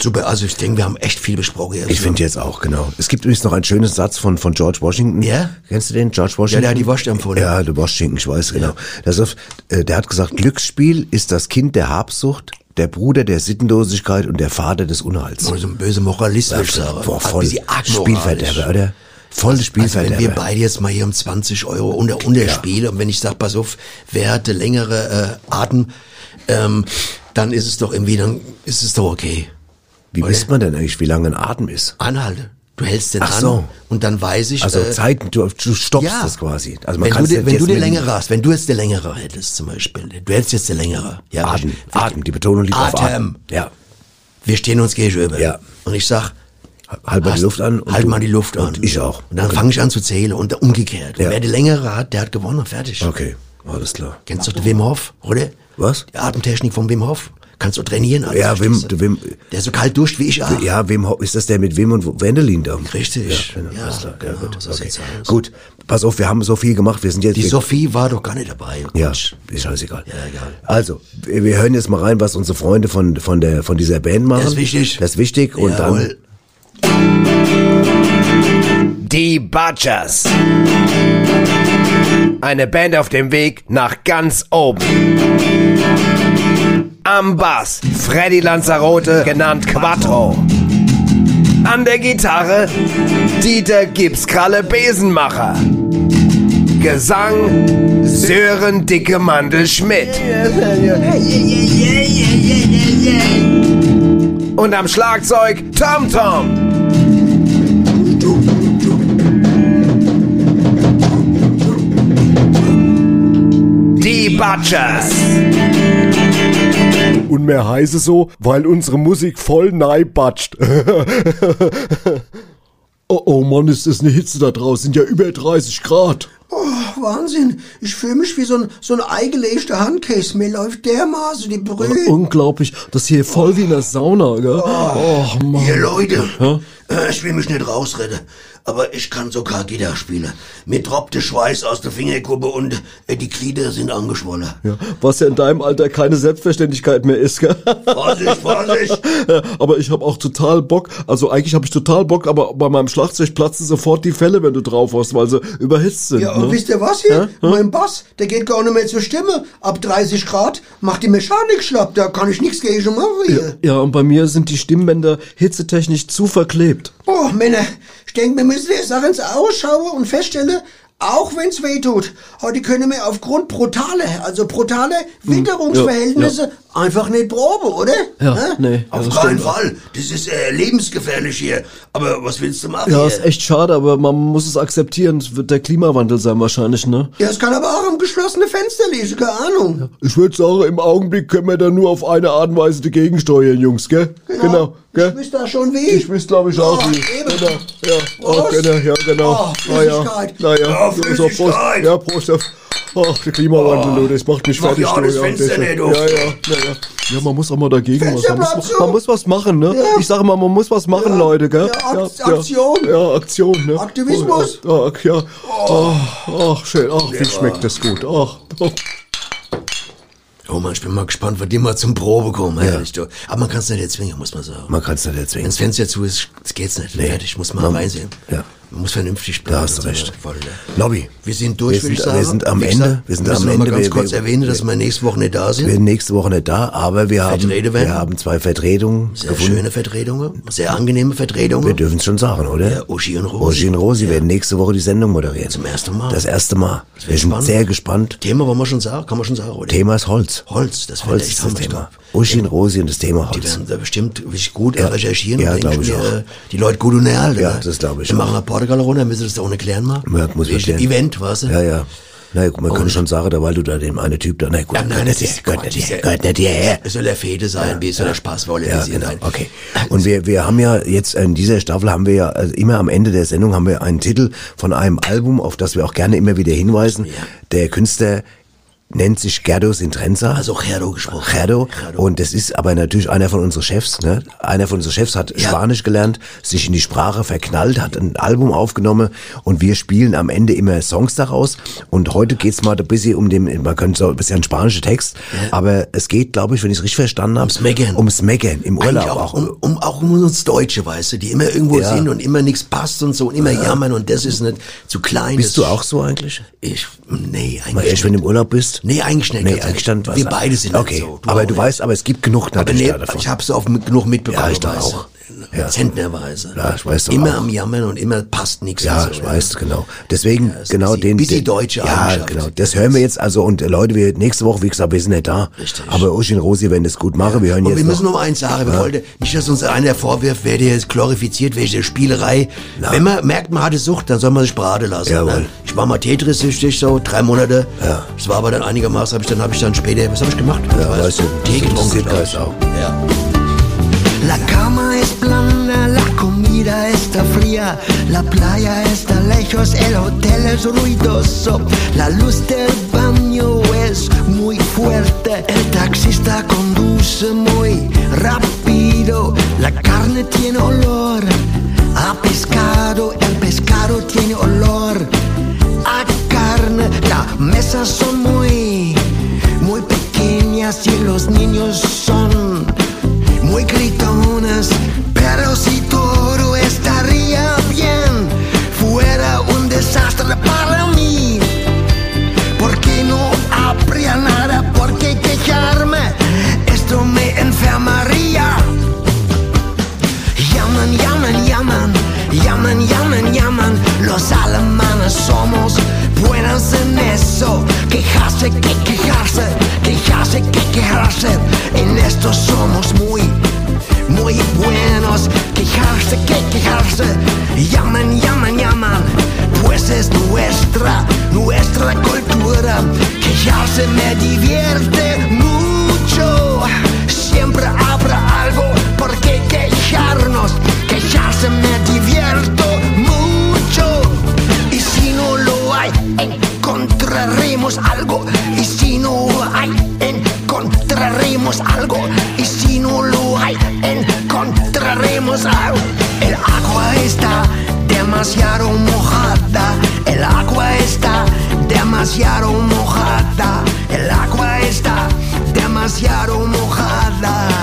Super, also ich denke, wir haben echt viel besprochen. Ich finde jetzt auch, genau. Es gibt übrigens noch einen schönen Satz von, von George Washington. Ja? Kennst du den? George Washington? der hat die Wurst empfohlen. Ja, der Washington, ich weiß, genau. Der, sagt, äh, der hat gesagt, Glücksspiel ist das Kind der Habsucht, der Bruder der Sittenlosigkeit und der Vater des Unheils. Also ein böse Moralist, Ja, würde ich sagen. boah, Also voll. ein bisschen arg Spielverderber, moralisch. oder? Voll Also Spielverderber. wenn wir beide jetzt mal hier um 20 Euro unter, unter spielen und wenn ich sage, pass auf, wer hatte längere äh, Atem, ähm, dann ist es doch irgendwie, dann ist es doch okay. Wie misst man denn eigentlich, wie lange ein Atem ist? Anhalte. Du hältst den Ach an so. und dann weiß ich. Also äh, Zeiten, du, du stoppst ja. das quasi. Also wenn du, kann's dir- nicht wenn jetzt du der mit- längere hast, wenn du jetzt der längere hättest zum Beispiel, du hättest jetzt der längere. Ja, Atem, Atem, die Betonung liegt auf Atem. Atem. Ja. Wir stehen uns gegenüber. Ja. Und ich sag, Halt mal die hast- Luft an. und halt du- mal die Luft an. Und ich auch. Und dann fange ich an zu zählen und umgekehrt. Ja. Und wer die längere hat, der hat gewonnen. Fertig. Okay, alles klar. Kennst du den Wim Hof, oder? Was? Die Atemtechnik von Wim Hof. Kannst du trainieren. alles, Ja, Wim, verstehst du? du, Wim. Der so kalt duscht wie ich Ah, auch. Genau. Ja, Wim, Ho- ist das der mit Wim und Wendelin da? Richtig. Ja, genau, Ja, alles klar. ja, genau, gut. so Okay. sieht's aus. gut, pass auf, wir haben so viel gemacht. Wir sind jetzt. Die wir, Sophie war doch gar nicht dabei. Oh Ja, ist scheißegal. Ja, egal. Also, wir wir hören jetzt mal rein, was unsere Freunde von, von, der, von dieser Band machen. Das ist wichtig. Das ist wichtig. Und Jawohl. dann. Die Butchers. Eine Band auf dem Weg nach ganz oben. Am Bass Freddy Lanzarote, genannt Quattro. An der Gitarre Dieter Gipskralle Besenmacher. Gesang Sören Dicke Mandel Schmidt. Und am Schlagzeug Tom Tom. Die Butchers. Und mehr heiße so, weil unsere Musik voll neibatscht. oh, oh Mann, ist das eine Hitze da draußen, sind ja über 30 Grad. Oh, Wahnsinn. Ich fühle mich wie so ein, so ein eingelegter Handcase. Mir läuft dermaßen die Brühe. Unglaublich, das hier voll wie in der Sauna, gell? Oh, Mann. Ihr Leute, Ja? äh, ich will mich nicht rausreden, aber ich kann sogar Gitarre spielen. Mir droppt der Schweiß aus der Fingerkuppe und äh, die Glieder sind angeschwollen. Ja, was ja in deinem Alter keine Selbstverständlichkeit mehr ist, gell? Vorsicht, Vorsicht! Ja, aber ich habe auch total Bock, also eigentlich habe ich total Bock, aber bei meinem Schlagzeug platzen sofort die Fälle, wenn du drauf hast, weil sie überhitzt sind. Ja, und ne? wisst ihr was hier? Ja? Ja? Mein Bass, der geht gar nicht mehr zur Stimme. Ab 30 Grad macht die Mechanik schlapp. Da kann ich nichts gegen machen hier. Ja, und bei mir sind die Stimmbänder hitzetechnisch zu verklebt. Oh, Männer, ich denke, wir müssen der Sache ins Ausschaue und feststelle, auch wenn's weh tut, heute können wir aufgrund brutaler, also brutaler Hm, Witterungsverhältnisse einfach nicht proben, oder? Hä? nee. Auf keinen Fall, das ist äh, lebensgefährlich hier. Aber was willst du machen? Ja, hier? ist echt schade, aber man muss es akzeptieren. Es wird der Klimawandel sein wahrscheinlich, ne? Ja, es kann aber auch am geschlossenen Fenster liegen, keine Ahnung. Ich würde sagen, im Augenblick können wir da nur auf eine Art und Weise dagegen steuern, Jungs, gell? Genau. Ich wüsste da schon wie. Ich wüsste, glaube ich, auch oh, wie. Eben. Ja, oh, Prost. genau, ja, genau. Oh, naja, Flüssigkeit. naja, Ja, so, Prost. Flüssigkeit. Ja, Prost. auf- Ach, der Klimawandel, du, das macht mich Mach fertig. ja auch du, das Fenster das- nicht ja, auf. ja, naja. Ja, man muss auch mal dagegen Fenster was. Man bleibt muss, zu. man muss was machen, ne? Ich sage mal, man muss was machen, Leute, gell? Ja, Akt- Aktion. Ja, ja, Aktion, ne? Aktivismus. Oh, ja, ach, ja. Ach, ach, schön. Ach, wie Lecker. schmeckt das gut. Ach, oh. Oh Mann, ich bin mal gespannt, was die mal zum Probe kommen. Ja. du. Aber man kann es nicht erzwingen, muss man sagen. Man kann es nicht erzwingen. Wenn das Fenster zu ist, geht's nicht. Nee. Fertig, muss Man- man reinsehen. Ja. Man muss vernünftig bleiben. Da hast du und so recht. weiter. Voll, ja. Lobby. Wir sind durch, Wir würde ich sind- sagen. wir sind am Wie gesagt, Ende, wir sind müssen am wir Ende, Mal ganz wir- kurz wir- erwähnen, dass wir nächste Woche nicht da Wir sind sind. nächste Woche nicht da, aber wir haben, Vertreter werden. wir haben zwei Vertretungen Sehr gefunden. schöne Vertretungen, sehr angenehme Vertretungen. Wir dürfen es schon sagen, oder? Ja, Uschi und Rosi. Rosi und Rosi werden nächste Woche die Sendung moderieren. Zum ersten Mal. Das erste Mal. Das Wir wird sind spannend. sehr gespannt. Thema wollen wir schon sagen, kann man schon sagen, oder? Thema ist Holz. Holz, das wird Holz echt ist das Hammer, Thema. Uschi und Rosi und das Thema Die Holz. werden da bestimmt richtig gut Ja. recherchieren. Ja, und glaub denken, ich auch. äh, Die Leute gut unterhalten. Ja, ne? das glaub ich Wir auch. machen nach Portugal runter, müssen das da ohne klären mal. Ja, muss man Welches klären. Event, weißt du? Ja, ja. Na gut, man Und- kann schon sagen, da weil du da dem einen Typ da, na gut, Oh, Ja, nein, das das ist, ist gehört Quatsch, nicht das ist- gehört nicht hierher. Es soll der Fehde sein, wie es soll der Spaß wollen, Ja, wie genau. sein. Okay. Und wir, wir haben ja jetzt äh, in dieser Staffel haben wir ja also immer am Ende der Sendung haben wir einen Titel von einem Album, auf das wir auch gerne immer wieder hinweisen. Der Künstler nennt sich Gerdo Sintrenza. Also Gerdo gesprochen. Gerdo. Und das ist aber natürlich einer von unseren Chefs. Ne? Einer von unseren Chefs hat Spanisch gelernt, sich in die Sprache verknallt, hat ein Album aufgenommen und wir spielen am Ende immer Songs daraus. Und heute geht's mal ein bisschen um den, man könnte so ein bisschen spanischer Text, aber es geht, glaube ich, wenn ich es richtig verstanden um habe, Ums Meckern. Ums Meckern im Eigentlich Urlaub auch, auch. Um, um, auch um uns Deutsche, weißt du, die immer irgendwo Ja. sind und immer nichts passt und so und immer Ja. jammern und das ist nicht zu klein. Bist das- du auch so eigentlich? Ich, nee, Mal eigentlich ehrlich, wenn du im Urlaub bist? Nee, eigentlich nicht. Nee, ganz eigentlich ehrlich. dann was- Wir beide sind Okay, nicht so. aber auch du nicht. weißt, aber es gibt genug aber natürlich nee, da davon. ich hab's oft mit, genug mitbekommen. Ja, ich doch weißt du. auch. Ja. Zentnerweise. Ja, ich weiß doch Immer auch. am Jammern und immer passt nichts. Ja, und so, ich weiß, genau. Deswegen, genau den. bisschen den- deutsche Ja, Eigenschaft. genau. Das hören wir jetzt, also, und äh, Leute, wir, nächste Woche, wie gesagt, wir sind nicht da. Richtig. Aber Uschi und Rosi werden das gut machen. Wir hören Und jetzt. wir müssen noch, um eins sagen, wir Ja. wollten nicht, dass uns einer vorwirft, wer dir jetzt glorifiziert, welche Spielerei. Wenn man merkt, man hat eine Sucht, dann soll man sich beraten lassen. Ne? Ich war mal Tetris-süchtig, so drei Monate. Ja. Das war aber dann einigermaßen, habe ich dann, habe ich dann später, was habe ich gemacht? Ja, weißt du, Tee getrunken. glaub ich. Ja. La cama es plana, la comida está fría, la playa está lejos, el hotel es ruidoso, la luz del baño es muy fuerte, el taxista conduce muy rápido, la carne tiene olor a pescado, el pescado tiene olor a carne, las mesas son muy, muy pequeñas y los niños son muy gritonas, pero si todo estaría bien, fuera un desastre para mí. Porque no habría nada por qué quejarme, esto me enfermaría. Llaman, llaman, llaman, llaman, llaman, llaman. Los alemanes somos buenos en eso. Quejarse, que quejarse, quejarse, que quejarse. En esto somos muy, muy buenos. Quejarse, que quejarse. Llaman, llaman, llaman. Pues es nuestra, nuestra cultura. Quejarse me divierte mucho. Siempre habrá algo por qué quejarnos. Quejarse me divierto mucho. Y si no lo hay, encontraremos algo. Y si no hay, encontraremos algo. Y si no lo hay, encontraremos algo. El agua está demasiado mojada. El agua está demasiado mojada. El agua está demasiado mojada.